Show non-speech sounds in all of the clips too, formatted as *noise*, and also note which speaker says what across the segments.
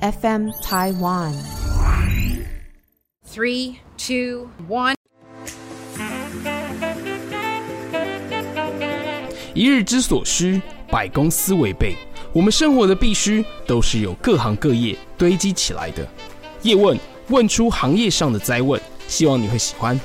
Speaker 1: FM Taiwan。
Speaker 2: Three, two, one.
Speaker 3: 一日之所需，百公司为备。我们生活的必须，都是由各行各业堆积起来的。叶问问出行业上的灾问，希望你会喜欢。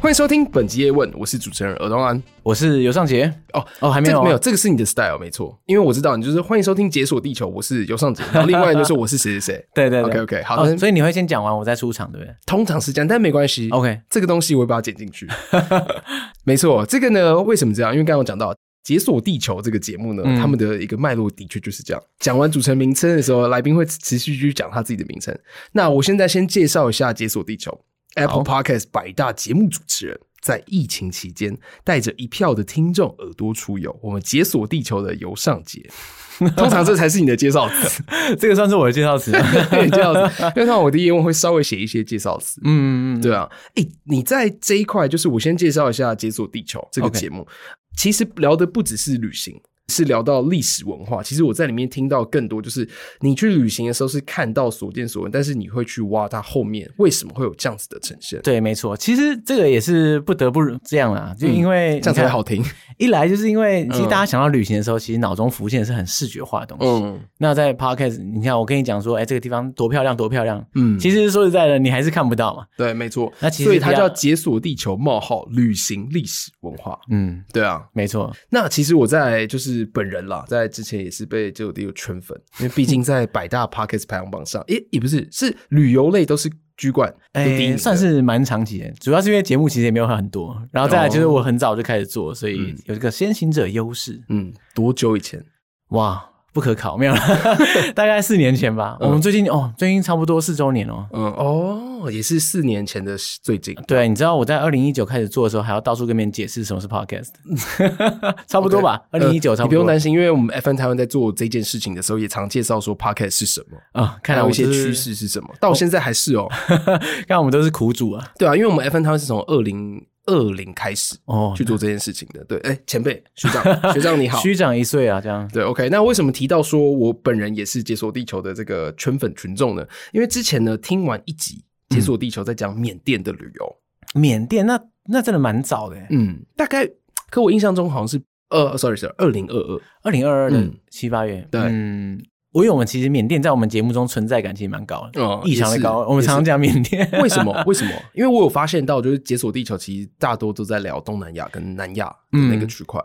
Speaker 3: 欢迎收听本集叶问，我是主持人尔东安。
Speaker 4: 我是尤尚杰。
Speaker 3: 哦
Speaker 4: 哦还没
Speaker 3: 这
Speaker 4: 有
Speaker 3: 个
Speaker 4: 啊，
Speaker 3: 没有，这个是你的 style 哦没错，因为我知道你就是欢迎收听《解锁地球》，我是尤尚杰，然后另外就是我是谁谁谁
Speaker 4: *laughs* 对对对
Speaker 3: OK，OK，好
Speaker 4: 哦
Speaker 3: 那嗯
Speaker 4: 所以你会先讲完，我再出场，对不对？
Speaker 3: 通常是这样，但没关系
Speaker 4: OK
Speaker 3: 这个东西我会把它剪进去。 *laughs* 没错，这个呢，为什么这样？因为刚刚我讲到《解锁地球》这个节目呢，
Speaker 4: 嗯
Speaker 3: 他们的一个脉络的确就是这样。讲完主持人名称的时候，来宾会持续去讲他自己的名称。那我现在先介绍一下《解锁地球》Apple Podcast 百大节目主持人。在疫情期间，带着一票的听众耳朵出游，我们解锁地球的游上节，通常这才是你的介绍词，
Speaker 4: 这个算是我的介绍词。
Speaker 3: *laughs* 这样子。因为通常我的叶问会稍微写一些介绍词，
Speaker 4: 嗯嗯嗯，
Speaker 3: 对啊，哎、你在这一块，就是我先介绍一下《解锁地球》这个
Speaker 4: OK
Speaker 3: 节目。其实聊的不只是旅行，是聊到历史文化。其实我在里面听到更多，就是你去旅行的时候是看到所见所闻，但是你会去挖它后面为什么会有这样子的呈现，
Speaker 4: *laughs* 对，没错。其实这个也是不得不这样啦，就因为、
Speaker 3: 这样才好。听。
Speaker 4: 一来就是因为，其实
Speaker 3: 嗯
Speaker 4: 大家想到旅行的时候，其实脑中浮现的是很视觉化的东西。
Speaker 3: *laughs* 嗯
Speaker 4: 那在 podcast，你看我跟你讲说，哎、这个地方多漂亮，多漂亮。
Speaker 3: 嗯，
Speaker 4: 其实说实在的，你还是看不到嘛。
Speaker 3: 对，没错。
Speaker 4: 那其实
Speaker 3: 所以它
Speaker 4: 比
Speaker 3: 叫
Speaker 4: 较
Speaker 3: 《解锁地球：冒号旅行历史文化》。
Speaker 4: 嗯，
Speaker 3: 对啊，
Speaker 4: 没错。
Speaker 3: 那其实我在就是本人啦，在之前也是被这有地有圈粉，因为毕竟在百大 Pockets 排行榜上，也也不是是旅游类都是居冠，
Speaker 4: 哎、
Speaker 3: 都第一名的
Speaker 4: 算是蛮长期的，主要是因为节目其实也没有很多，然后再来就是
Speaker 3: 哦
Speaker 4: 我很早就开始做，所以有这个先行者优势。
Speaker 3: 嗯，多久以前？
Speaker 4: 哇，不可
Speaker 3: *laughs*
Speaker 4: 考，没有了，大概四年前吧。我们最近哦，最近差不多四周年哦。
Speaker 3: 嗯哦，也是四年前的最近，
Speaker 4: 对，你知道我在二零一九开始做的时候，还要到处跟别人解释什么是 podcast，差不多
Speaker 3: *laughs*
Speaker 4: 吧？二零一九
Speaker 3: 呃
Speaker 4: 差
Speaker 3: 你
Speaker 4: 不
Speaker 3: 不
Speaker 4: 多。
Speaker 3: 用担心，因为我们 FN 台湾在做这件事情的时候，也常介绍说 Pocket 是什么，
Speaker 4: 啊，看
Speaker 3: 还
Speaker 4: 来
Speaker 3: 有
Speaker 4: 我
Speaker 3: 一些
Speaker 4: 就
Speaker 3: 趋
Speaker 4: 是，
Speaker 3: 势是什么，到现在还是哦，
Speaker 4: *laughs* 看来我们都是苦主啊。
Speaker 3: 对啊，因为我们 FN 台湾是从二零二零开始
Speaker 4: 哦，
Speaker 3: 去做这件事情的，对，哎，前辈学长
Speaker 4: *laughs*
Speaker 3: 学长你好，
Speaker 4: 虚长一岁啊，这样。
Speaker 3: 对，OK，那为什么提到说我本人也是解锁地球的这个圈粉群众呢？因为之前呢听完一集解锁地球在讲缅甸的旅游，
Speaker 4: 缅甸那那真的蛮早的耶，欸
Speaker 3: 嗯，大概可我印象中好像是呃，sorry 是二零二二，
Speaker 4: 二零二二的
Speaker 3: 嗯
Speaker 4: 七八月。
Speaker 3: 对
Speaker 4: 嗯，我因为我们其实缅甸在我们节目中存在感其实蛮高的，
Speaker 3: 哦
Speaker 4: 异常
Speaker 3: 也
Speaker 4: 的
Speaker 3: 是
Speaker 4: 高。我们常常讲缅甸，
Speaker 3: 为什
Speaker 4: *laughs*
Speaker 3: 么？为什么？因为我有发现到，就是解锁地球其实大多都在聊东南亚跟南亚的那
Speaker 4: 嗯
Speaker 3: 个区块，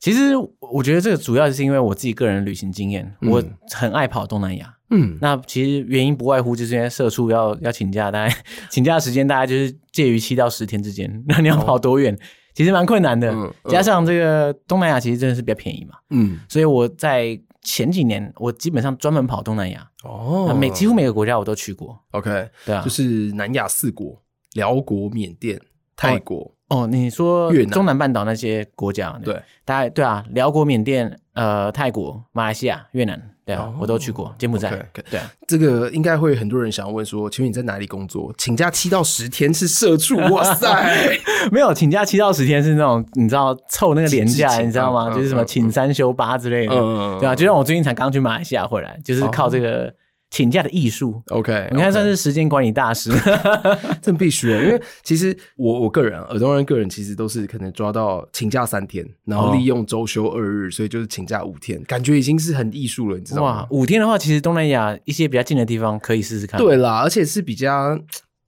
Speaker 4: 其实我觉得这个主要是因为我自己个人旅行经验，
Speaker 3: 嗯
Speaker 4: 我很爱跑东南亚。
Speaker 3: 嗯，
Speaker 4: 那其实原因不外乎就是因为社畜要要请假，大概 *laughs* 请假时间大概就是介于七到十天之间。 *laughs* 那你要跑多远，其实蛮困难的。
Speaker 3: 嗯嗯
Speaker 4: 加上这个东南亚其实真的是比较便宜嘛，
Speaker 3: 嗯，
Speaker 4: 所以我在前几年我基本上专门跑东南亚，
Speaker 3: 哦
Speaker 4: 那每几乎每个国家我都去过。
Speaker 3: OK，
Speaker 4: 对啊，
Speaker 3: 就是南亚四国：辽国、缅甸、泰国，
Speaker 4: 哦，你说
Speaker 3: 越南
Speaker 4: 中南半岛那些国家，
Speaker 3: 对，
Speaker 4: 大概对啊，辽国、缅甸、呃，泰国、马来西亚、越南，对啊，
Speaker 3: 哦
Speaker 4: 我都去过，柬埔寨
Speaker 3: OK，OK
Speaker 4: 对啊，
Speaker 3: 这个应该会很多人想要问说，请问你在哪里工作？请假七到十天是社畜，哇
Speaker 4: *laughs*
Speaker 3: 塞！
Speaker 4: 没有请假七到十天是那种你知道凑那个年假，你知道吗？
Speaker 3: 嗯
Speaker 4: 就是什么
Speaker 3: 嗯
Speaker 4: 请三休八之类的，
Speaker 3: 嗯嗯嗯哦
Speaker 4: 对啊，就像我最近才刚去马来西亚回来，就是靠这个请假的艺术。
Speaker 3: 哎 OK，
Speaker 4: 你看，算是时间管理
Speaker 3: *laughs*
Speaker 4: 大师。
Speaker 3: 这必须的，因为其实我我个人啊，耳东人个人其实都是可能抓到请假三天，然后
Speaker 4: 哦
Speaker 3: 利用周休二日，所以就是请假五天，感觉已经是很艺术了，你知道
Speaker 4: 哇
Speaker 3: 吗，？
Speaker 4: 五天的话，其实东南亚一些比较近的地方可以试试看。
Speaker 3: 对啦，而且是比较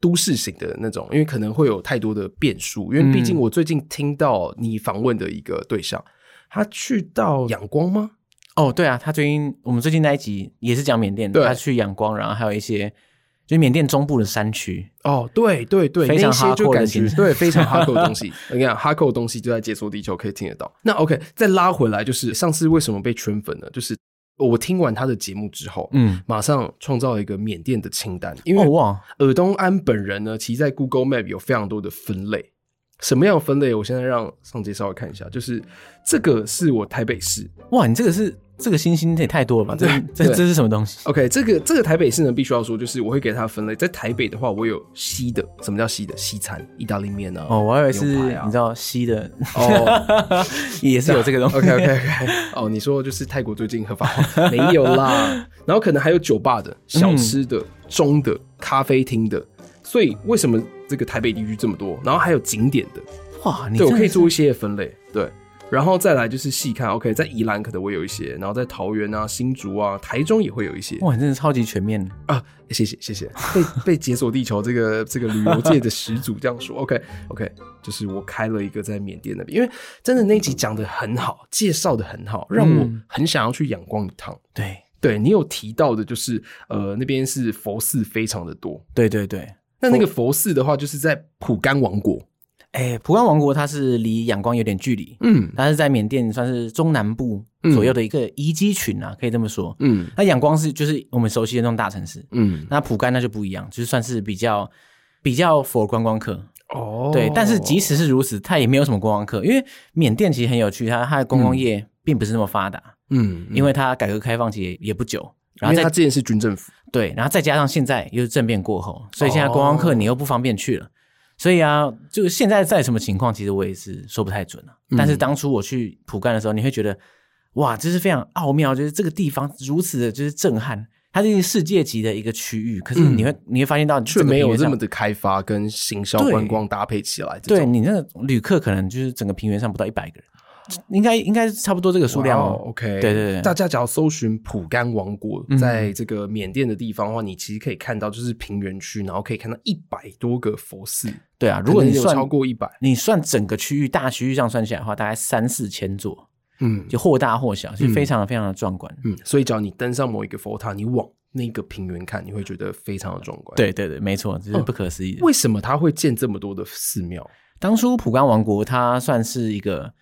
Speaker 3: 都市型的那种，因为可能会有太多的变数，因为毕竟
Speaker 4: 嗯
Speaker 3: 我最近听到你访问的一个对象，他去到仰光吗？
Speaker 4: 哦，对啊，他最近我们最近那一集也是讲缅甸，
Speaker 3: 对
Speaker 4: 他去仰光，然后还有一些就是缅甸中部的山区。
Speaker 3: 哦，对对对，
Speaker 4: 非常
Speaker 3: 那些就
Speaker 4: hardcore
Speaker 3: 感
Speaker 4: 的
Speaker 3: 觉
Speaker 4: 行程
Speaker 3: 对非常哈扣的东西。 *laughs* 我跟你讲，哈扣的东西就在解说地球可以听得到。那 OK，再拉回来，就是上次为什么被圈粉呢？就是我听完他的节目之后，
Speaker 4: 嗯，
Speaker 3: 马上创造了一个缅甸的清单，因
Speaker 4: 哦
Speaker 3: 为
Speaker 4: 哇，
Speaker 3: 尔东安本人呢，其实在 Google Map 有非常多的分类。什么样的分类？我现在让上街稍微看一下，就是这个是我台北市，
Speaker 4: 哇，你这个是这个星星也太多了吧？这这
Speaker 3: 对哦
Speaker 4: 这是什么东西？
Speaker 3: OK，这个这个台北市呢，必须要说，就是我会给它分类。在台北的话，我有西的，什么叫西的？西餐、意大利面啊。
Speaker 4: 哦，我还以为是
Speaker 3: 牛排啊
Speaker 4: 你知道西的，
Speaker 3: 哦，
Speaker 4: 也 *laughs* 是有这个
Speaker 3: *laughs*
Speaker 4: 东西。
Speaker 3: OK OK OK。哦，你说就是泰国最近合法化没有啦？然后可能还有酒吧的、小
Speaker 4: 嗯
Speaker 3: 吃的、中的、咖啡厅的。所以为什么这个台北地区这么多？然后还有景点的，
Speaker 4: 哇，你
Speaker 3: 对我
Speaker 4: 真
Speaker 3: 可
Speaker 4: 的
Speaker 3: 以
Speaker 4: 是
Speaker 3: 做一些分类，对。然后再来就是细看，OK，在宜兰可能我有一些，然后在桃园啊、新竹啊、台中也会有一些
Speaker 4: 哇，你真的超级全面。
Speaker 3: 啊。谢谢谢谢，
Speaker 4: *laughs*
Speaker 3: 被被解锁地球这个这个旅游界的始祖这样说，OK OK，就是我开了一个在缅甸那边，因为真的那集讲的很好，介绍的很好，让我
Speaker 4: 嗯
Speaker 3: 很想要去仰光一趟。
Speaker 4: 对
Speaker 3: 对你有提到的，就是呃那边是佛寺非常的多，
Speaker 4: 对对对，
Speaker 3: 那那个佛寺的话，就是在普甘王国，
Speaker 4: 哎，蒲甘王国它是离仰光有点距离，
Speaker 3: 嗯
Speaker 4: 它是在缅甸算是中南部左右的一个遗迹群啊，可以这么说。
Speaker 3: 嗯
Speaker 4: 那仰光是就是我们熟悉的那种大城市，
Speaker 3: 嗯，
Speaker 4: 那蒲甘那就不一样，就是算是比较比较 for 观光客。
Speaker 3: 哦
Speaker 4: 对，但是即使是如此，它也没有什么观光客，因为缅甸其实很有趣，它它的观光业并不是那么发达，
Speaker 3: 嗯，
Speaker 4: 因为它改革开放其实也也不久，然
Speaker 3: 因为
Speaker 4: 后
Speaker 3: 他
Speaker 4: 再
Speaker 3: 之前是军政府，
Speaker 4: 对，然后再加上现在又是政变过后，所以现在观
Speaker 3: 哦
Speaker 4: 光客你又不方便去了，所以啊，就是现在在什么情况，其实我也是说不太准啊。但
Speaker 3: 嗯
Speaker 4: 是当初我去蒲甘的时候，你会觉得哇，这是非常奥妙，就是这个地方如此的就是震撼。它是一个世界级的一个区域，可是你会、你会发现到
Speaker 3: 嗯却
Speaker 4: 这个
Speaker 3: 没
Speaker 4: 平
Speaker 3: 有
Speaker 4: 原
Speaker 3: 这
Speaker 4: 上
Speaker 3: 么的开发跟行销
Speaker 4: 对
Speaker 3: 观光搭配起来这
Speaker 4: 对
Speaker 3: 种。
Speaker 4: 你那个旅客可能就是整个平原上不到一百个人，应该应该是差不多这个数量
Speaker 3: 哇
Speaker 4: 哦
Speaker 3: 哦。，OK，
Speaker 4: 对对对
Speaker 3: 大家只要搜寻普甘王国
Speaker 4: 嗯，
Speaker 3: 在这个缅甸的地方的话，你其实可以看到，就是平原区，然后可以看到一百多个佛寺，
Speaker 4: 对啊，如果你
Speaker 3: 可能有
Speaker 4: 算
Speaker 3: 超过一百，
Speaker 4: 你算整个区域大区域上算起来的话，大概三四千座，
Speaker 3: 嗯
Speaker 4: 就或大或小，就非常非常的壮观。
Speaker 3: 嗯，所以只要你登上某一个佛塔，你往那个平原看，你会觉得非常的壮观。，
Speaker 4: 对对对，没错，这是不可思议的。
Speaker 3: 哦为什么他会建这么多的寺庙？
Speaker 4: 当初蒲甘王国它算是一个，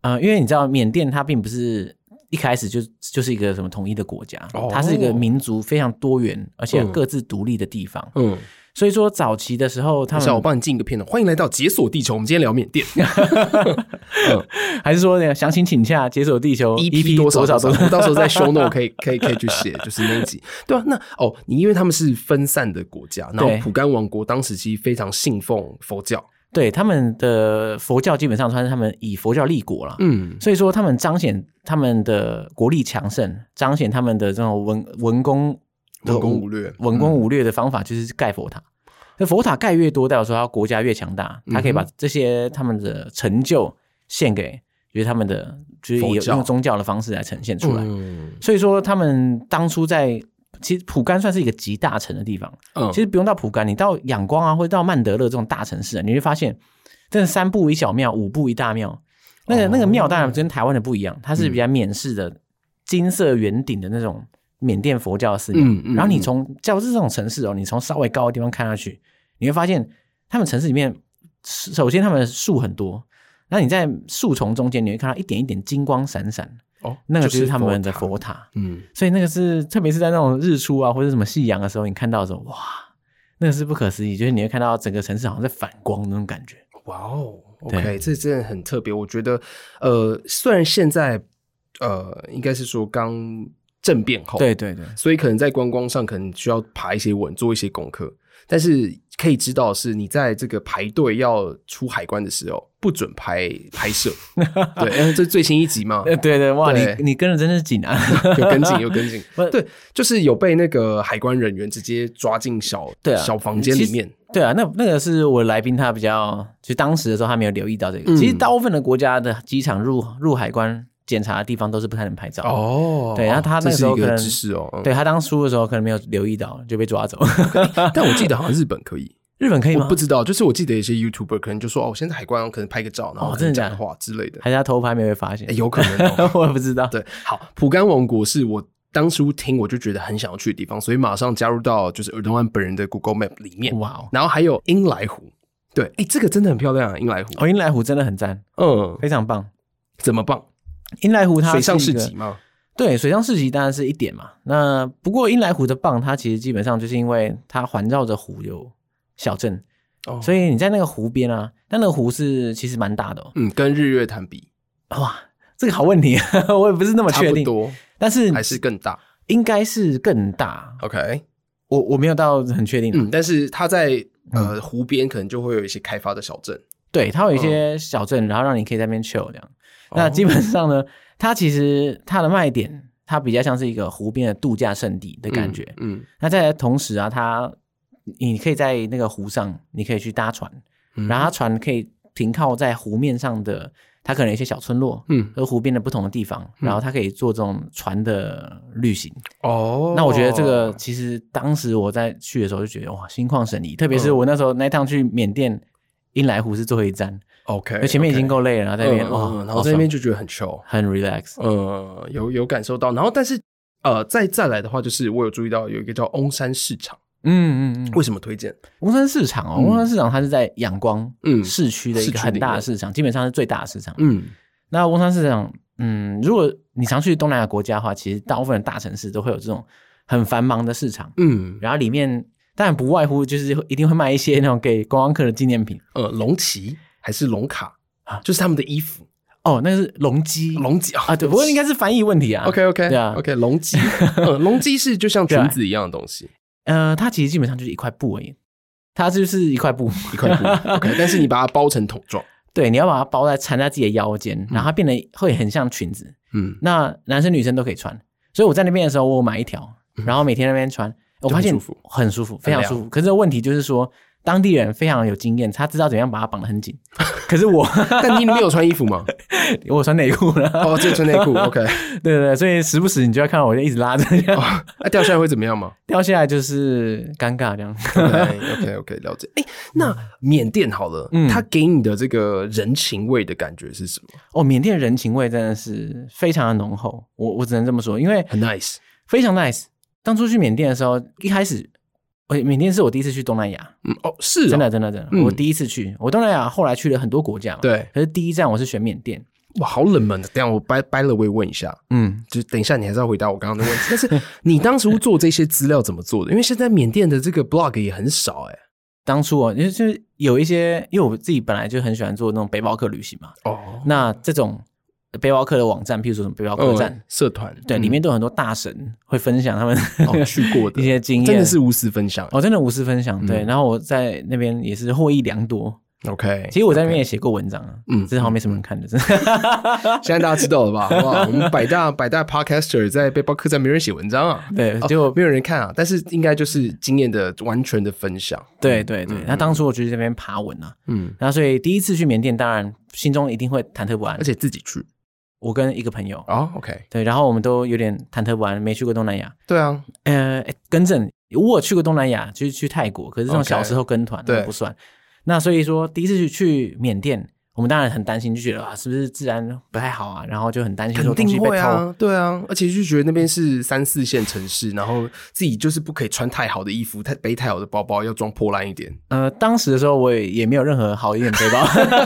Speaker 4: 呃，因为你知道缅甸它并不是一开始就就是一个什么统一的国家，
Speaker 3: 哦
Speaker 4: 它是一个民族非常多元而且
Speaker 3: 嗯
Speaker 4: 各自独立的地方，
Speaker 3: 嗯，
Speaker 4: 所以说早期的时候他
Speaker 3: 等一
Speaker 4: 们
Speaker 3: 下我帮你进一个片段，欢迎来到解锁地球，我们今天聊缅甸。
Speaker 4: 还是说呢，详情请洽解锁地球
Speaker 3: EP ，E 多
Speaker 4: ，E 多
Speaker 3: 少
Speaker 4: 多
Speaker 3: 多少，我到时候在 show note 可以可以可以去写，就是那一集。对啊，那哦，你因为他们是分散的国家，然后
Speaker 4: 对
Speaker 3: 蒲甘王国当时其实非常信奉佛教，
Speaker 4: 对他们的佛教基本上算是他们以佛教立国了，
Speaker 3: 嗯
Speaker 4: 所以说他们彰显他们的国力强盛，彰显他们的这种文文功
Speaker 3: 文攻武略
Speaker 4: 文攻武略的方法就是盖佛塔。那佛塔盖越多，代表说他国家越强大，
Speaker 3: 嗯
Speaker 4: 他可以把这些他们的成就献给，就是他们的就是
Speaker 3: 佛
Speaker 4: 以
Speaker 3: 教
Speaker 4: 用宗教的方式来呈现出来。
Speaker 3: 嗯
Speaker 4: 所以说他们当初在其实蒲甘算是一个集大成的地方，
Speaker 3: 嗯
Speaker 4: 其实不用到蒲甘，你到仰光啊，或者到曼德勒这种大城市、啊，你会发现，真的三步一小庙，五步一大庙。那个、
Speaker 3: 哦
Speaker 4: 那个庙当然跟台湾的不一样，它是比较缅式的、金色圆顶的那种缅甸佛教寺庙。
Speaker 3: 嗯嗯
Speaker 4: 然后你
Speaker 3: 嗯
Speaker 4: 从教这种城市哦，你从稍微高的地方看下去，你会发现他们城市里面，首先他们的树很多，那你在树丛中间，你会看到一点一点金光闪闪，
Speaker 3: 哦，
Speaker 4: 那个
Speaker 3: 就
Speaker 4: 就是他们的
Speaker 3: 塔
Speaker 4: 佛塔。
Speaker 3: 嗯，
Speaker 4: 所以那个是，特别是在那种日出啊，或者什么夕阳的时候，你看到的时候，哇，那个是不可思议，就是你会看到整个城市好像在反光那种感觉。
Speaker 3: 哇哦
Speaker 4: 对
Speaker 3: ，OK，这真的很特别。我觉得，呃，虽然现在呃，应该是说刚政变后，
Speaker 4: 对对对，
Speaker 3: 所以可能在观光上可能需要爬一些稳，做一些功课。但是可以知道的是，你在这个排队要出海关的时候，不准拍拍摄。对，因为这最新一集
Speaker 4: *laughs*
Speaker 3: 嘛，
Speaker 4: 呃对对，哇，
Speaker 3: 对
Speaker 4: 你你跟的真是紧啊！
Speaker 3: 有跟进，有跟进
Speaker 4: 不。
Speaker 3: 对，就是有被那个海关人员直接抓进小
Speaker 4: 对啊
Speaker 3: 小房间里面。
Speaker 4: 对啊，那那个是我来宾他比较，就当时的时候他没有留意到这个。
Speaker 3: 嗯
Speaker 4: 其实大部分的国家的机场入入海关检查的地方都是不太能拍照。
Speaker 3: 哦
Speaker 4: 对然后他那
Speaker 3: 这
Speaker 4: 个时
Speaker 3: 是
Speaker 4: 候
Speaker 3: 一
Speaker 4: 可
Speaker 3: 个
Speaker 4: 能
Speaker 3: 知识哦。嗯
Speaker 4: 对他当初的时候可能没有留意到，就被抓走。
Speaker 3: *laughs* 但我记得好像日本可以，
Speaker 4: 日 *laughs* 本可以
Speaker 3: 我
Speaker 4: 吗？
Speaker 3: 不知道。就是我记得有些 YouTuber 可能就说哦，现在海关可能拍个照，然后
Speaker 4: 哦
Speaker 3: 可能
Speaker 4: 真的假
Speaker 3: 讲
Speaker 4: 的
Speaker 3: 个话之类的，
Speaker 4: 还是他偷拍没被发现
Speaker 3: 哎？有可
Speaker 4: *laughs*
Speaker 3: 能哦。
Speaker 4: 我也不知道。
Speaker 3: 对，好，蒲甘王国是我当初听我就觉得很想要去的地方，所以马上加入到就是尔东安本人的 Google Map 里面。
Speaker 4: 哇哦，
Speaker 3: 然后还有英莱湖，对，哎、这个真的很漂亮啊，英莱湖，
Speaker 4: 哦，英莱湖真的很赞，
Speaker 3: 嗯，
Speaker 4: 非常棒。
Speaker 3: 怎么棒？
Speaker 4: 英莱湖它
Speaker 3: 水上
Speaker 4: 是
Speaker 3: 市
Speaker 4: 一个
Speaker 3: 集吗？
Speaker 4: 对，水上市集当然是一点嘛。那不过英莱湖的蚌，它其实基本上就是因为它环绕着湖有小镇，
Speaker 3: 哦
Speaker 4: 所以你在那个湖边啊，那那个湖是其实蛮大的、哦，
Speaker 3: 嗯，跟日月潭比，
Speaker 4: 哇，这个好问题，啊 *laughs* 我也不是那么
Speaker 3: 差
Speaker 4: 确
Speaker 3: 不
Speaker 4: 定。
Speaker 3: 多
Speaker 4: 但是
Speaker 3: 还是更大。
Speaker 4: 应该是更大，
Speaker 3: OK，
Speaker 4: 我我没有到很确定啊、
Speaker 3: 嗯，但是它在
Speaker 4: 嗯
Speaker 3: 呃湖边可能就会有一些开发的小镇。
Speaker 4: 对，它有一
Speaker 3: 哦
Speaker 4: 些小镇，然后让你可以在那边 chill 这样。那基本上呢，它其实它的卖点，它比较像是一个湖边的度假胜地的感觉。
Speaker 3: 嗯，
Speaker 4: 那在同时啊，它你可以在那个湖上，你可以去搭船，
Speaker 3: 嗯
Speaker 4: 然后它船可以停靠在湖面上的，它可能有一些小村落。
Speaker 3: 嗯，
Speaker 4: 和湖边的不同的地方，然后它可以做这种船的旅行。
Speaker 3: 哦
Speaker 4: 那我觉得这个其实当时我在去的时候就觉得哇，心旷神怡。特别
Speaker 3: 嗯
Speaker 4: 是我那时候那一趟去缅甸英莱湖是最后一站，
Speaker 3: 哦哎 OK，
Speaker 4: 因为前面已经够累了，然后在那边
Speaker 3: 嗯嗯
Speaker 4: 哇
Speaker 3: 嗯，然
Speaker 4: 好
Speaker 3: 后在那边
Speaker 4: 爽
Speaker 3: 就觉得很 chill。
Speaker 4: 很 relax。
Speaker 3: 呃，有有感受到，然后但是呃，再再来的话，就是我有注意到有一个叫翁山市场，
Speaker 4: 嗯嗯嗯。
Speaker 3: 为什么推荐？
Speaker 4: 翁山市场哦，
Speaker 3: 嗯
Speaker 4: 翁山市场它是在仰光
Speaker 3: 嗯
Speaker 4: 市区的一
Speaker 3: 市
Speaker 4: 个
Speaker 3: 区
Speaker 4: 很
Speaker 3: 里
Speaker 4: 大的
Speaker 3: 面
Speaker 4: 市场，基本上是最大的市场。
Speaker 3: 嗯
Speaker 4: 那翁山市场，嗯，如果你常去东南亚国家的话，其实大部分的大城市都会有这种很繁忙的市场，
Speaker 3: 嗯，
Speaker 4: 然后里面当然不外乎就是一定会卖一些那种给观光客的纪念品。
Speaker 3: 呃，龙旗还是龙卡
Speaker 4: 啊
Speaker 3: 就是他们的衣服，
Speaker 4: 哦，那是龙基
Speaker 3: 龙脊
Speaker 4: 啊，对，不
Speaker 3: *laughs*
Speaker 4: 过应该是翻译问题啊。
Speaker 3: OK OK
Speaker 4: 对啊
Speaker 3: OK 龙
Speaker 4: *laughs*
Speaker 3: 脊，呃，龙脊是就像
Speaker 4: 对啊
Speaker 3: 裙子一样的东西，
Speaker 4: 呃，它其实基本上就是一块布而已，它就是一块布， *laughs*
Speaker 3: 一块布，OK，但是你把它包成桶状，
Speaker 4: 对，你要把它包在缠在自己的腰间，然后它变得会很像裙子。 *laughs*
Speaker 3: 嗯，
Speaker 4: 那男生女生都可以穿，所以我在那边的时候，我有买一条，然后每天在那边穿，我发现
Speaker 3: 嗯就很舒服
Speaker 4: 很舒服，非常
Speaker 3: 很凉
Speaker 4: 舒服。可是问题就是说，当地人非常有经验，他知道怎样把它绑得很紧。 *laughs* 可是我
Speaker 3: 但你没有穿衣服吗？
Speaker 4: 我穿内裤了，
Speaker 3: 哦，就穿内裤，OK，
Speaker 4: *laughs*
Speaker 3: *laughs*
Speaker 4: 对对对，所以时不时你就要看到我就一直拉着，这样 *laughs*
Speaker 3: 哦那掉下来会怎么样吗
Speaker 4: 掉下来就是尴尬这样。 *laughs*
Speaker 3: ？OK OK OK，了解。哎，那缅甸好了
Speaker 4: 嗯，
Speaker 3: 它给你的这个人情味的感觉是什么？
Speaker 4: 哦，缅甸人情味真的是非常的浓厚，我我只能这么说，因为
Speaker 3: 很 nice。
Speaker 4: 非常 nice。当初去缅甸的时候，一开始，我缅甸是我第一次去东南亚，
Speaker 3: 嗯，哦，是哦
Speaker 4: 真的真的真的，
Speaker 3: 嗯
Speaker 4: 我第一次去。我东南亚后来去了很多国家嘛，。
Speaker 3: 对，
Speaker 4: 可是第一站我是选缅甸，
Speaker 3: 哇，好冷门的。等一下我掰掰了，我也问一下，
Speaker 4: 嗯，
Speaker 3: 就是等一下你还是要回答我刚刚的问题。但
Speaker 4: *laughs*
Speaker 3: 是你当初做这些资料怎么做的？因为现在缅甸的这个 blog 也很少哎、
Speaker 4: 当初我就是就是有一些，因为我自己本来就很喜欢做那种背包客旅行嘛，
Speaker 3: 哦，
Speaker 4: 那这种呃背包客的网站，譬如说什么背包客栈，
Speaker 3: 社团
Speaker 4: 对，
Speaker 3: 哦嗯
Speaker 4: 里面都有很多大神会分享他们、 *laughs*
Speaker 3: 哦去过的
Speaker 4: 一些经验，
Speaker 3: 真的是无私分享。
Speaker 4: 哦，真的无私分享。对，
Speaker 3: 嗯
Speaker 4: 然后我在那边也是获益良多。
Speaker 3: 哎 OK，
Speaker 4: 其实我在那边也写过文章啊，
Speaker 3: 嗯
Speaker 4: 嗯，只是好像没什么人看的，真的。
Speaker 3: 现在大家知道了吧？好不好？我们百大百大 podcaster 在背包客栈没人写文章啊，
Speaker 4: *laughs* 对，
Speaker 3: 结
Speaker 4: 就、
Speaker 3: 果没有人看啊。但是应该就是经验的完全的分享。
Speaker 4: 对对对。那、当初我就去那边爬文啊，
Speaker 3: 嗯，
Speaker 4: 然后所以第一次去缅甸，当然心中一定会忐忑不安
Speaker 3: 而。且自己去
Speaker 4: 我跟一个朋友，
Speaker 3: 哦 OK，
Speaker 4: 对，然后我们都有点忐忑不安，没去过东南亚。
Speaker 3: 对啊，
Speaker 4: 呃，诶更正，我有去过东南亚，就是去泰国，可是这种
Speaker 3: OK
Speaker 4: 小时候跟团
Speaker 3: 对
Speaker 4: 那不算。那所以说，第一次去去缅甸，我们当然很担心，就觉得啊，是不是治安不太好啊？然后就很担心说
Speaker 3: 肯
Speaker 4: 东西
Speaker 3: 定
Speaker 4: 被
Speaker 3: 会
Speaker 4: 偷。
Speaker 3: 啊，对啊，而且就觉得那边是三四线城市，然后自己就是不可以穿太好的衣服，太背太好的包包，要装破烂一点。
Speaker 4: 呃，当时的时候我也也没有任何好一点的背包， *laughs*
Speaker 3: *laughs*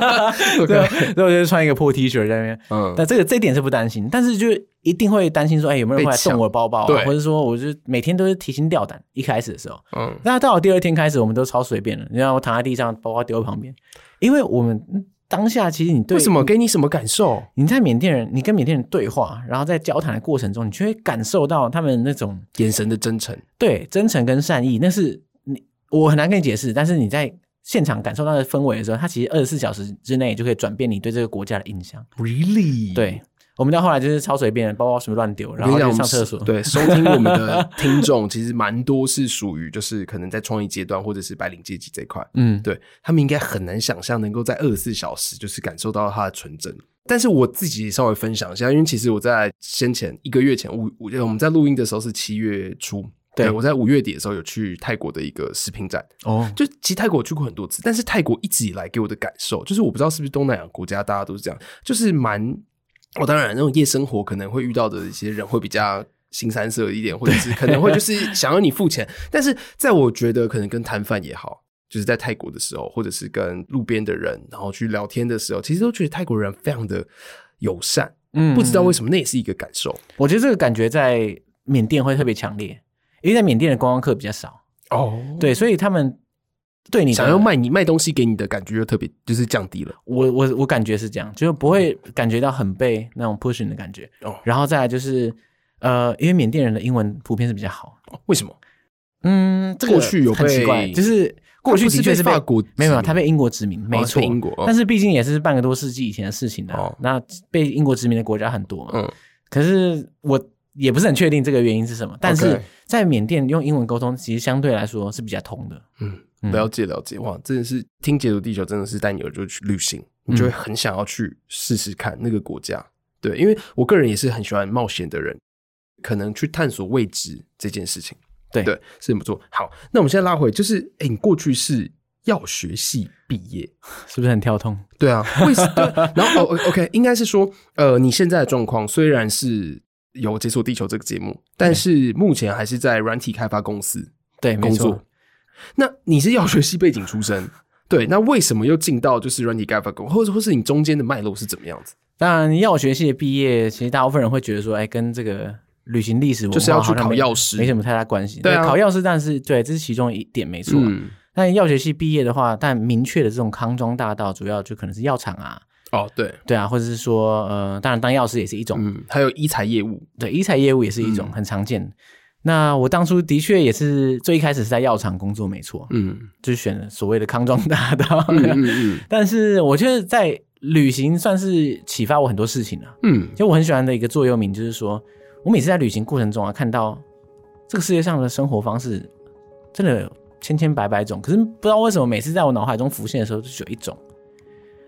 Speaker 4: 对，所以我就穿一个破 T 恤在那边。
Speaker 3: 嗯，
Speaker 4: 但这个这一点是不担心，但是就一定会担心说，哎，有没有人
Speaker 3: 被
Speaker 4: 会来
Speaker 3: 抢
Speaker 4: 动我的包包啊？
Speaker 3: 对
Speaker 4: 或者说，我就每天都是提心吊胆。一开始的时候，
Speaker 3: 嗯，
Speaker 4: 那到了第二天开始，我们都超随便了。你看我躺在地上，包包丢在旁边，因为我们嗯当下其实你对
Speaker 3: 为什么给你什么感受？
Speaker 4: 你在缅甸人，你跟缅甸人对话，然后在交谈的过程中，你就会感受到他们那种
Speaker 3: 眼神的真诚，
Speaker 4: 对真诚跟善意。那是你我很难跟你解释，但是你在现场感受到的氛围的时候，它其实二十四小时之内就可以转变你对这个国家的印象。
Speaker 3: Really？
Speaker 4: 对，我们到后来就是超随便的，包包什么乱丢，
Speaker 3: 我
Speaker 4: 然
Speaker 3: 跟你
Speaker 4: 后
Speaker 3: 讲，
Speaker 4: 就
Speaker 3: 我
Speaker 4: 上
Speaker 3: 们
Speaker 4: 厕所。
Speaker 3: 对收听我们的听众，其实蛮多是属于就是可能在创业阶段或者是白领阶级这一块，
Speaker 4: 嗯，
Speaker 3: 对他们应该很难想象能够在二十四小时就是感受到它的纯真。但是我自己稍微分享一下，因为其实我在先前一个月前五五，我们在录音的时候是七月初，
Speaker 4: 对
Speaker 3: 我在五月底的时候有去泰国的一个食品展，
Speaker 4: 哦，
Speaker 3: 就其实泰国我去过很多次，但是泰国一直以来给我的感受，就是我不知道是不是东南亚国家大家都是这样，就是蛮哦，当然那种夜生活可能会遇到的一些人会比较。新三色一点，或者是可能会就是想要你付钱， *laughs* 但是在我觉得可能跟摊贩也好，就是在泰国的时候，或者是跟路边的人，然后去聊天的时候，其实都觉得泰国人非常的友善，
Speaker 4: 嗯
Speaker 3: 不知道
Speaker 4: 嗯
Speaker 3: 为什么那也是一个感受
Speaker 4: 我觉得这个感觉在缅甸会特别强烈，因为在缅甸的观光客比较少，
Speaker 3: 哦。
Speaker 4: 对，所以他们对你的
Speaker 3: 想要卖你卖东西给你的感觉又特别就是降低了。
Speaker 4: 我我我感觉是这样，就是不会感觉到很被那种 pushing 的感觉。
Speaker 3: 哦
Speaker 4: 然后再来就是，呃，因为缅甸人的英文普遍是比较好。
Speaker 3: 为什么？
Speaker 4: 嗯，这个
Speaker 3: 过去有
Speaker 4: 很奇
Speaker 3: 被
Speaker 4: 怪，就是过去
Speaker 3: 他不是
Speaker 4: 的确是
Speaker 3: 被法国
Speaker 4: 没有没有，
Speaker 3: 殖民
Speaker 4: 他被英国殖民，没
Speaker 3: 是
Speaker 4: 错，
Speaker 3: 被英国哦
Speaker 4: 但是毕竟也是半个多世纪以前的事情了、
Speaker 3: 哦
Speaker 4: 那被英国殖民的国家很多嘛，
Speaker 3: 嗯，
Speaker 4: 可是我也不是很确定这个原因是什么，但是
Speaker 3: OK
Speaker 4: 在缅甸用英文沟通，其实相对来说是比较通的。嗯
Speaker 3: 了解了解，哇，真的是听解读地球，真的是带你耳朵去旅行，
Speaker 4: 嗯
Speaker 3: 你就会很想要去试试看那个国家。对，因为我个人也是很喜欢冒险的人，可能去探索未知这件事情，
Speaker 4: 对
Speaker 3: 对，是很不错。好，那我们现在拉回，就是哎、你过去是药学系毕业，
Speaker 4: 是不是很跳通？
Speaker 3: 对啊，为什 *laughs* 对？然后哦，OK，应该是说，呃，你现在的状况虽然是有《解锁地球》这个节目，但是目前还是在软体开发公司
Speaker 4: 对，没
Speaker 3: 工
Speaker 4: 错
Speaker 3: 作。。那你是药学系背景出 *laughs* 身，对？那为什么又进到就是软体开发工，或者或是你中间的脉络是怎么样子？
Speaker 4: 当然，药学系的毕业，其实大部分人会觉得说，哎，跟这个旅行历史文化
Speaker 3: 就是要去
Speaker 4: 好像
Speaker 3: 考
Speaker 4: 没
Speaker 3: 药师
Speaker 4: 没什么太大关系。
Speaker 3: 对啊
Speaker 4: 考药师，但是对，这是其中一点没错啊。
Speaker 3: 嗯，
Speaker 4: 但药学系毕业的话，但明确的这种康庄大道，主要就可能是药厂啊，
Speaker 3: 哦，对，
Speaker 4: 对啊，或者是说，呃，当然当药师也是一种，
Speaker 3: 嗯，还有医材业务，
Speaker 4: 对，医材业务也是一种、很常见的。那我当初的确也是最一开始是在药厂工作，没错，
Speaker 3: 嗯
Speaker 4: 就是选了所谓的康庄大道。
Speaker 3: *laughs* 嗯嗯
Speaker 4: *laughs* 但是我觉得在旅行算是启发我很多事情啊了。
Speaker 3: 嗯嗯，
Speaker 4: 就我很喜欢的一个座右铭，就是说我每次在旅行过程中啊，看到这个世界上的生活方式真的有千千百百种，可是不知道为什么每次在我脑海中浮现的时候，就只有一种。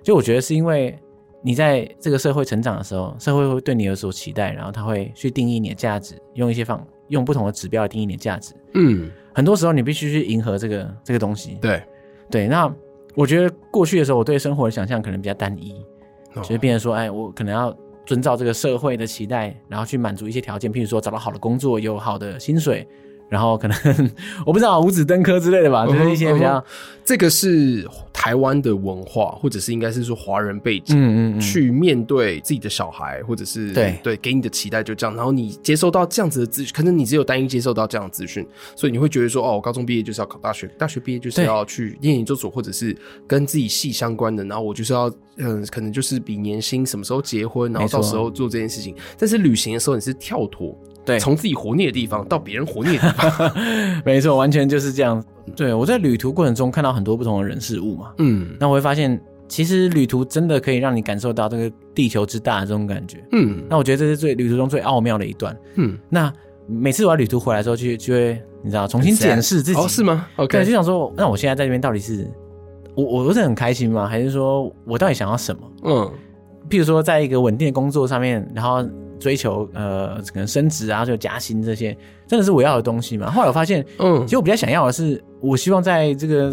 Speaker 4: 就我觉得是因为你在这个社会成长的时候，社会会对你有所期待，然后他会去定义你的价值，用一些方用不同的指标来定义你的价值。
Speaker 3: 嗯，
Speaker 4: 很多时候你必须去迎合这个这个东西。
Speaker 3: 对，
Speaker 4: 对，那我觉得过去的时候，我对生活的想象可能比较单一，
Speaker 3: 哦
Speaker 4: 就是变成说，哎，我可能要遵照这个社会的期待，然后去满足一些条件，譬如说找到好的工作，有好的薪水，然后可能我不知道五子登科之类的吧，就是一些比较，
Speaker 3: 这个是台湾的文化，或者是应该是说华人背景，
Speaker 4: 嗯嗯嗯，
Speaker 3: 去面对自己的小孩，或者是
Speaker 4: 对
Speaker 3: 对给你的期待就这样，然后你接收到这样子的资讯，可能你只有单一接受到这样的资讯，所以你会觉得说，哦，我高中毕业就是要考大学，大学毕业就是
Speaker 4: 对
Speaker 3: 要去念研究所，或者是跟自己系相关的，然后我就是要，嗯，可能就是比年薪什么时候结婚，然后
Speaker 4: 没错
Speaker 3: 到时候做这件事情。但是旅行的时候，你是跳脱，
Speaker 4: 对，
Speaker 3: 从自己活腻的地方到别人活腻的地
Speaker 4: *laughs*
Speaker 3: 方，
Speaker 4: *laughs* 没错，完全就是这样。对我在旅途过程中看到很多不同的人事物嘛，
Speaker 3: 嗯
Speaker 4: 那我会发现，其实旅途真的可以让你感受到这个地球之大的这种感觉。
Speaker 3: 嗯
Speaker 4: 那我觉得这是最旅途中最奥妙的一段。
Speaker 3: 嗯，
Speaker 4: 那每次我要旅途回来之后，就就会你知道重新检视自己，
Speaker 3: 哦，是？吗？OK，
Speaker 4: 对，就想说，那我现在在这边到底是我我我是很开心吗？还是说我到底想要什么？
Speaker 3: 嗯
Speaker 4: 譬如说，在一个稳定的工作上面，然后追求呃可能升职啊，就加薪这些，真的是我要的东西吗？后来我发现，
Speaker 3: 嗯
Speaker 4: 其实我比较想要的是，我希望在这个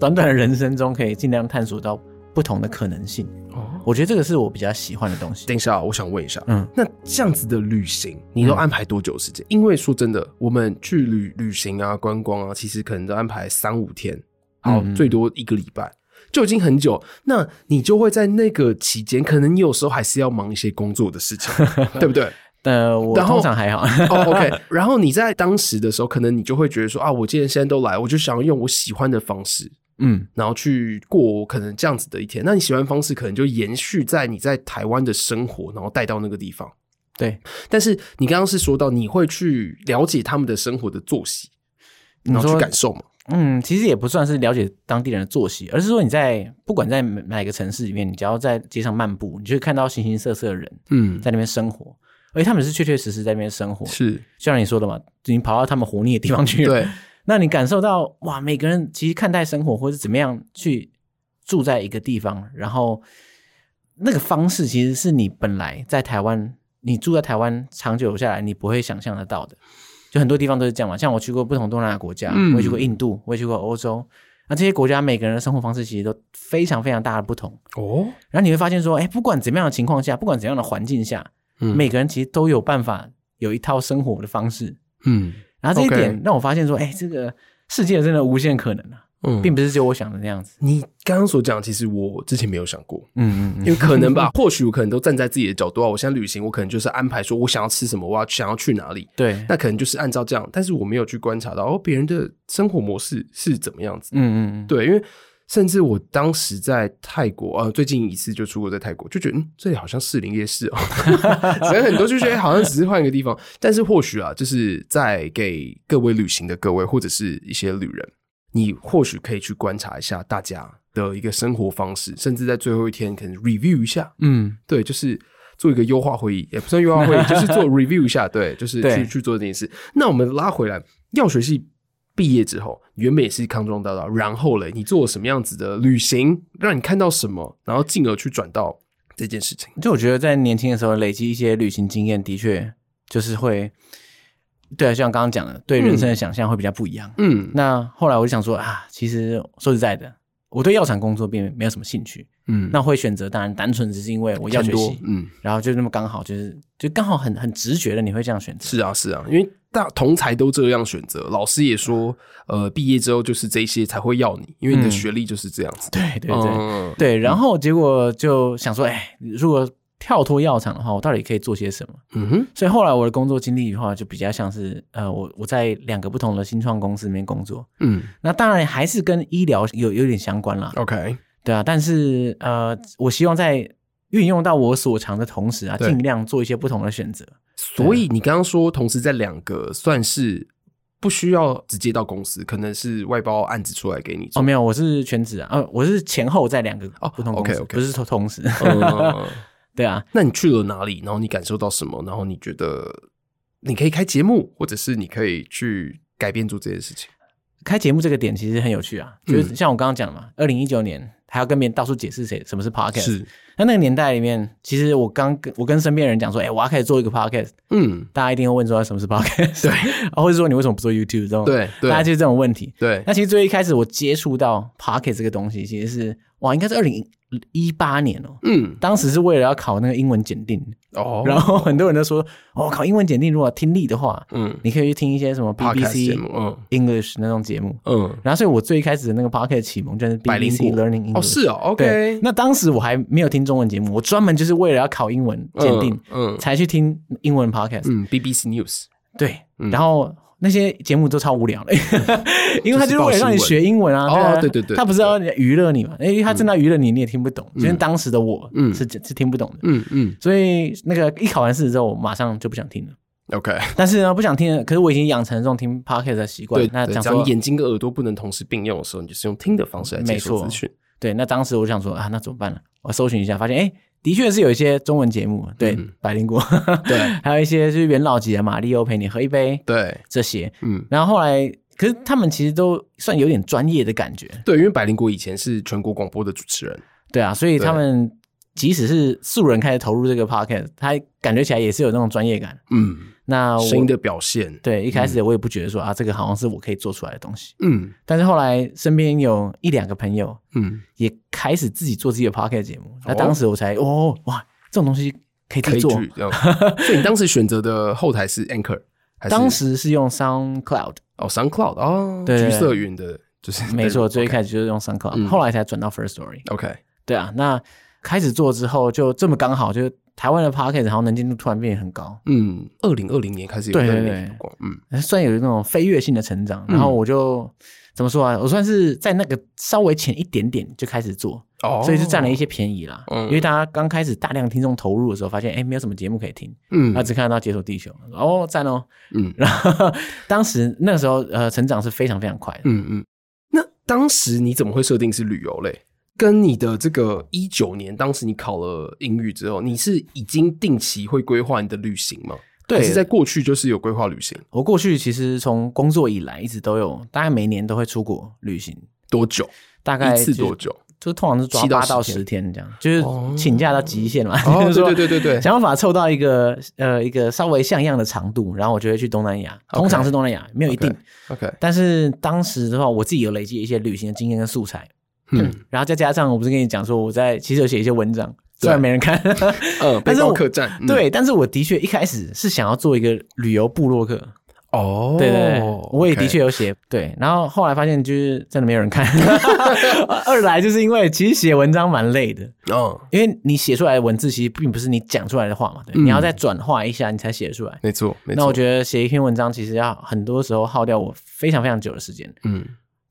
Speaker 4: 短短的人生中，可以尽量探索到不同的可能性。
Speaker 3: 哦
Speaker 4: 我觉得这个是我比较喜欢的东西。
Speaker 3: 等一下，我想问一下，
Speaker 4: 嗯
Speaker 3: 嗯，那这样子的旅行，你都安排多久时间？因为说真的，我们去旅旅行啊、观光啊，其实可能都安排三五天，好，
Speaker 4: 嗯
Speaker 3: 最多一个礼拜，就已经很久。那你就会在那个期间，可能你有时候还是要忙一些工作的事
Speaker 4: *laughs*
Speaker 3: 情，对不对？
Speaker 4: 呃，我
Speaker 3: 然后
Speaker 4: 通常还好。 *laughs*
Speaker 3: 哦、o k 然后你在当时的时候，可能你就会觉得说啊，我既然现在都来，我就想要用我喜欢的方式，
Speaker 4: 嗯，
Speaker 3: 然后去过我可能这样子的一天。那你喜欢的方式可能就延续在你在台湾的生活，然后带到那个地方。
Speaker 4: 对，
Speaker 3: 但是你刚刚是说到你会去了解他们的生活的作息，
Speaker 4: 你
Speaker 3: 然后去
Speaker 4: 说
Speaker 3: 感受嘛？
Speaker 4: 嗯，其实也不算是了解当地人的作息，而是说你在不管在哪哪个城市里面，你只要在街上漫步，你就会看到形形色色的人
Speaker 3: 嗯，
Speaker 4: 在那边生活，而且他们是确确实实在那边生活。
Speaker 3: 是
Speaker 4: 就像你说的嘛，你跑到他们活腻的地方去了，
Speaker 3: 对，
Speaker 4: *laughs* 那你感受到哇，每个人其实看待生活或者怎么样去住在一个地方，然后那个方式其实是你本来在台湾，你住在台湾长久下来，你不会想象得到的。就很多地方都是这样嘛，像我去过不同东南亚国家，
Speaker 3: 嗯
Speaker 4: 我也去过印度，我也去过欧洲。那这些国家每个人的生活方式其实都非常非常大的不同。
Speaker 3: 哦，
Speaker 4: 然后你会发现说，哎，不管怎么样的情况下，不管怎样的环境下，
Speaker 3: 嗯
Speaker 4: 每个人其实都有办法有一套生活的方式。
Speaker 3: 嗯
Speaker 4: 然后这一
Speaker 3: OK
Speaker 4: 点让我发现说，哎、这个世界真的无限可能啊！
Speaker 3: 嗯
Speaker 4: 并不是只有我想的那样子。
Speaker 3: 你刚刚所讲，其实我之前没有想过，
Speaker 4: 嗯嗯
Speaker 3: 因
Speaker 4: 嗯，
Speaker 3: 为可能
Speaker 4: *laughs*
Speaker 3: 吧，或许我可能都站在自己的角度啊。我现在旅行，我可能就是安排说我想要吃什么，我要想要去哪里，
Speaker 4: 对，
Speaker 3: 那可能就是按照这样。但是我没有去观察到哦，别人的生活模式是怎么样子。
Speaker 4: 嗯嗯嗯，
Speaker 3: 对，因为甚至我当时在泰国，呃，最近一次就出国在泰国，就觉得嗯，这里好像士林夜市哦，所以很多就觉得哎好像只是换一个地方。但是或许啊，就是在给各位旅行的各位或者是一些旅人，你或许可以去观察一下大家的一个生活方式，甚至在最后一天可能 review 一下，
Speaker 4: 嗯
Speaker 3: 对，就是。做一个优化会议，也不算优化会
Speaker 4: *laughs*
Speaker 3: 议，就是做 review 一下，对，就是去
Speaker 4: 对
Speaker 3: 去做这件事。那我们拉回来，药学系毕业之后，原本也是康庄大道，然后嘞，你做了什么样子的旅行，让你看到什么，然后进而去转到这件事情。
Speaker 4: 就我觉得在年轻的时候累积一些旅行经验，的确就是会，对啊，就像刚刚讲的，对人生的想象会比较不一样。
Speaker 3: 嗯
Speaker 4: 那后来我就想说啊，其实说实在的，我对药厂工作并没有什么兴趣。
Speaker 3: 嗯
Speaker 4: 那会选择当然单纯只是因为我药
Speaker 3: 很
Speaker 4: 学
Speaker 3: 多
Speaker 4: 系，
Speaker 3: 嗯，
Speaker 4: 然后就那么刚好就是就刚好很很直觉的你会这样选择。
Speaker 3: 是啊是啊，因为大同才都这样选择，老师也说，呃，毕业之后就是这些才会要你，因为你的
Speaker 4: 嗯
Speaker 3: 学历就是这样子。
Speaker 4: 对对对、
Speaker 3: 嗯
Speaker 4: 对，然后结果就想说，哎，如果跳脱药厂的话，我到底可以做些什么？
Speaker 3: 嗯哼，
Speaker 4: 所以后来我的工作经历的话，就比较像是呃，我我在两个不同的新创公司里面工作，
Speaker 3: 嗯
Speaker 4: 那当然还是跟医疗有有点相关啦，
Speaker 3: ，OK，
Speaker 4: 对啊，但是呃，我希望在运用到我所长的同时啊，
Speaker 3: 对
Speaker 4: 尽量做一些不同的选择。
Speaker 3: 所
Speaker 4: 啊
Speaker 3: 以你刚刚说，同时在两个算是不需要直接到公司，可能是外包案子出来给你
Speaker 4: 哦，
Speaker 3: 做。
Speaker 4: 没有，我是全职啊，呃，我是前后在两个
Speaker 3: 哦
Speaker 4: 不同公司，
Speaker 3: OK，OK
Speaker 4: 不是同同时。
Speaker 3: 嗯 *laughs*
Speaker 4: *laughs* 对啊，
Speaker 3: 那你去了哪里？然后你感受到什么？然后你觉得你可以开节目，或者是你可以去改变做这件事情？
Speaker 4: 开节目这个点其实很有趣啊，
Speaker 3: 嗯
Speaker 4: 就是像我刚刚讲的嘛，二零一九年还要跟别人到处解释谁什么是 podcast。那那个年代里面，其实我刚跟我跟身边的人讲说，哎、我要开始做一个 podcast，
Speaker 3: 嗯，
Speaker 4: 大家一定会问说哎什么是 podcast，对， *laughs* 或者说你为什么不做 YouTube 这种，
Speaker 3: 对对
Speaker 4: 大家就是这种问题。
Speaker 3: 对，
Speaker 4: 那其实最一开始我接触到 Pocket 这个东西，其实是哇，应该是二零一八
Speaker 3: *laughs*
Speaker 4: 年哦、
Speaker 3: 嗯，
Speaker 4: 当时是为了要考那个英文检定，
Speaker 3: 哦，
Speaker 4: 然后很多人都说，哦，考英文检定如果听力的话，
Speaker 3: 嗯
Speaker 4: 你可以去听一些什么
Speaker 3: Podcast 节
Speaker 4: BBC
Speaker 3: 目嗯
Speaker 4: English 那种节目。
Speaker 3: 嗯，
Speaker 4: 然后，所以我最一开始的那个 Pocket 启蒙就是
Speaker 3: 百灵
Speaker 4: BBC
Speaker 3: 果
Speaker 4: Learning English。
Speaker 3: 哦是哦
Speaker 4: 对
Speaker 3: ，OK，，
Speaker 4: 那当时我还没有听中文节目，我专门就是为了要考英文检定，
Speaker 3: 嗯嗯
Speaker 4: 才去听英文 podcast。
Speaker 3: 嗯，BBC 嗯 News，
Speaker 4: 对，然后那些节目都超无聊的， *laughs* 因为他就是为了让你学英文啊。
Speaker 3: 就是报新闻
Speaker 4: 啊
Speaker 3: 哦对对对
Speaker 4: 他不是要娱乐你嘛？因为他正在娱乐你，你也听不懂。就是当时的我
Speaker 3: 嗯
Speaker 4: 是是听不懂的，
Speaker 3: 嗯嗯
Speaker 4: 所以那个一考完试之后，我马上就不想听了。
Speaker 3: ，OK，
Speaker 4: 但是呢，不想听了，可是我已经养成这种听 podcast 的习惯
Speaker 3: 对，。
Speaker 4: 那
Speaker 3: 对
Speaker 4: 讲
Speaker 3: 只要
Speaker 4: 说嗯
Speaker 3: 你眼睛跟耳朵不能同时并用的时候，你就是用听的方式来接
Speaker 4: 没
Speaker 3: 受
Speaker 4: 错
Speaker 3: 资讯。
Speaker 4: 对，那当时我就想说啊，那怎么办呢？我搜寻一下，发现哎。诶的确是有一些中文节目，对，百灵果，
Speaker 3: 嗯对，
Speaker 4: *laughs* 还有一些就是元老级的马里欧陪你喝一杯
Speaker 3: 对，
Speaker 4: 这些，
Speaker 3: 嗯，
Speaker 4: 然后后来，可是他们其实都算有点专业的感觉，
Speaker 3: 对，因为百灵果以前是全国广播的主持人，
Speaker 4: 对啊，所以他们即使是素人开始投入这个 podcast，他感觉起来也是有那种专业感。
Speaker 3: 嗯，
Speaker 4: 那我
Speaker 3: 声音的嗯表现，
Speaker 4: 对一开始我也不觉得说、啊，这个好像是我可以做出来的东西。
Speaker 3: 嗯
Speaker 4: 但是后来身边有一两个朋友
Speaker 3: 嗯，
Speaker 4: 也开始自己做自己的 podcast 节目，那当时我才哦哇，这种东西可以
Speaker 3: 可
Speaker 4: 自己
Speaker 3: 以
Speaker 4: 做。
Speaker 3: 去这样。所以你当时选择的后台是 Anchor，还是
Speaker 4: 当时是用 SoundCloud，
Speaker 3: 哦 SoundCloud 哦，
Speaker 4: 对
Speaker 3: 橘
Speaker 4: 对
Speaker 3: 色云的，就是
Speaker 4: 没错，最一
Speaker 3: OK
Speaker 4: 开始就是用 SoundCloud，、后
Speaker 3: 嗯
Speaker 4: 来才转到 First Story。
Speaker 3: OK，
Speaker 4: 对啊，那开始做之后就这么刚好，就是台湾的 podcast 然后能见度突然变得很高，
Speaker 3: 嗯，二零二零年开始有
Speaker 4: 对
Speaker 3: 在
Speaker 4: 对
Speaker 3: 美
Speaker 4: 对
Speaker 3: 国广，嗯
Speaker 4: 算有那种飞跃性的成长。然后我就、怎么说啊？我算是在那个稍微浅一点点就开始做，
Speaker 3: 哦，
Speaker 4: 所以就占了一些便宜啦。
Speaker 3: 嗯
Speaker 4: 因为大家刚开始大量听众投入的时候，发现哎没有什么节目可以听，
Speaker 3: 嗯
Speaker 4: 那只看得到《解锁地球》哦，赞哦。
Speaker 3: 嗯
Speaker 4: *laughs* 然后当时那个时候呃成长是非常非常快的。
Speaker 3: 嗯嗯。那当时你怎么会设定是旅游嘞？跟你的这个一九年，当时你考了英语之后，你是已经定期会规划你的旅行吗？
Speaker 4: 对
Speaker 3: 还是在过去就是有规划旅行
Speaker 4: 我过去其实从工作以来一直都有，大概每年都会出国旅行，
Speaker 3: 多久？
Speaker 4: 大概
Speaker 3: 一次
Speaker 4: 就
Speaker 3: 多久？ *laughs*
Speaker 4: 就通常是抓
Speaker 3: 七到
Speaker 4: 八到
Speaker 3: 10
Speaker 4: 十天这样，就是请假到极限嘛。
Speaker 3: 哦
Speaker 4: *laughs* 就是说
Speaker 3: 对对对对对
Speaker 4: 想办法凑到一个呃一个稍微像样的长度，然后我就会去东南亚，通常是东南亚，没有一定。
Speaker 3: OK，
Speaker 4: 但是当时的话，我自己有累积一些旅行的经验跟素材，
Speaker 3: 嗯
Speaker 4: 然后再加上我不是跟你讲说我在其实有写一些文章，虽然没人看，
Speaker 3: 呃，
Speaker 4: 但
Speaker 3: 背
Speaker 4: 是
Speaker 3: 包
Speaker 4: 我
Speaker 3: *laughs* 客栈，嗯
Speaker 4: 对，但是我的确一开始是想要做一个旅游部落客，
Speaker 3: 哦，
Speaker 4: 对对对，我也的
Speaker 3: OK
Speaker 4: 确有写对，然后后来发现就是真的没有人看， *laughs* 二来就是因为其实写文章蛮累的，
Speaker 3: 哦，
Speaker 4: 因为你写出来的文字其实并不是你讲出来的话嘛，对，
Speaker 3: 嗯
Speaker 4: 你要再转化一下你才写得出来。
Speaker 3: 没错，没错。
Speaker 4: 那我觉得写一篇文章其实要很多时候耗掉我非常非常久的时间。
Speaker 3: 嗯，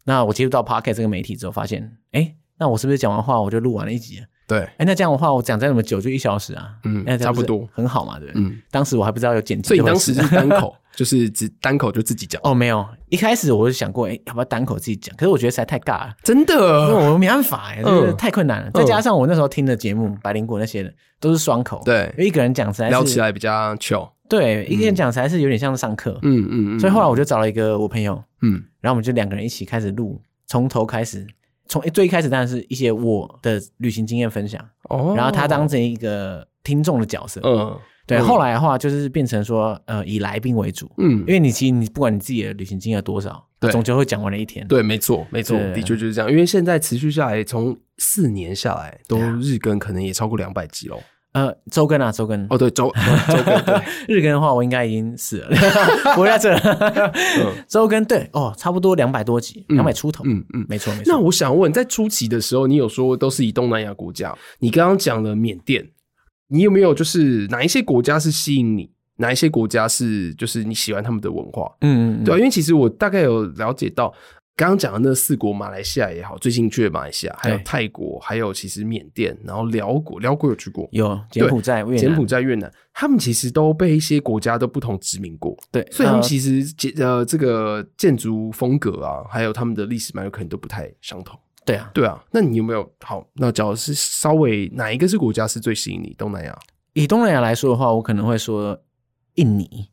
Speaker 4: 那我接触到 Pocket 这个媒体之后，发现，哎，那我是不是讲完话我就录完了一集了？
Speaker 3: 对，
Speaker 4: 哎，那这样的话我讲再怎么久就一小时啊，
Speaker 3: 嗯
Speaker 4: 那这
Speaker 3: 差
Speaker 4: 样
Speaker 3: 不
Speaker 4: 是
Speaker 3: 多
Speaker 4: 很好嘛，对不对？
Speaker 3: 嗯，
Speaker 4: 当时我还不知道有剪辑
Speaker 3: 所以
Speaker 4: 这
Speaker 3: 你
Speaker 4: 回
Speaker 3: 当
Speaker 4: 事，
Speaker 3: 时是单口， *laughs* 就是只单口就自己讲，
Speaker 4: 哦， *laughs* 没有，一开始我就想过，哎，要不要单口自己讲？可是我觉得实在太尬了。
Speaker 3: 真
Speaker 4: 因为
Speaker 3: 的，
Speaker 4: 我没办法哎、就是
Speaker 3: 嗯
Speaker 4: 太困难了。再加上我那时候听的节目，百灵果那些的都是双口，
Speaker 3: 对
Speaker 4: 因为一个人讲实在是
Speaker 3: 聊起来比较 chill。
Speaker 4: 对，一个人讲才是有点像上课。
Speaker 3: 嗯嗯嗯，
Speaker 4: 所以后来我就找了一个我朋友，
Speaker 3: 嗯
Speaker 4: 然后我们就两个人一起开始录，从头开始，从最一开始当然是一些我的旅行经验分享，
Speaker 3: 哦
Speaker 4: 然后他当成一个听众的角色。
Speaker 3: 嗯
Speaker 4: 对，
Speaker 3: 嗯
Speaker 4: 后来的话就是变成说，呃，以来宾为主，
Speaker 3: 嗯
Speaker 4: 因，为你其实你不管你自己的旅行经验有多少，
Speaker 3: 对
Speaker 4: 终究会讲完了一天。
Speaker 3: 对，没错，没错，
Speaker 4: 对
Speaker 3: 的确就是这样。因为现在持续下来，从四年下来都
Speaker 4: 对啊
Speaker 3: 日更，可能也超过两百集喽。
Speaker 4: 呃，周更啊，周更。
Speaker 3: 哦，对，周周
Speaker 4: *laughs*
Speaker 3: 周更，对，
Speaker 4: 日更的话，我应该已经死了， *laughs* 不会在这了。周更对哦，差不多两百多集，两百出头。
Speaker 3: 嗯嗯。
Speaker 4: 没错没错。
Speaker 3: 那我想问，在初期的时候，你有说都是以东南亚国家，你刚刚讲了缅甸，你有没有就是哪一些国家是吸引你，哪一些国家是就是你喜欢他们的文化？
Speaker 4: 嗯嗯嗯
Speaker 3: 对啊、因为其实我大概有了解到，刚刚讲的那四国，马来西亚也好，最近去的马来西亚，还有
Speaker 4: 对
Speaker 3: 泰国，还有其实缅甸，然后辽国，辽国有去过，
Speaker 4: 有柬埔寨、越南
Speaker 3: 柬埔寨、越南，他们其实都被一些国家都不同殖民过，
Speaker 4: 对，
Speaker 3: 所以他们
Speaker 4: 呃
Speaker 3: 其实建呃这个建筑风格啊，还有他们的历史脉络可能都不太相同。
Speaker 4: 对啊，
Speaker 3: 对啊，那你有没有好？那假如是稍微哪一个是国家是最吸引你？东南亚？
Speaker 4: 以东南亚来说的话，我可能会说印尼。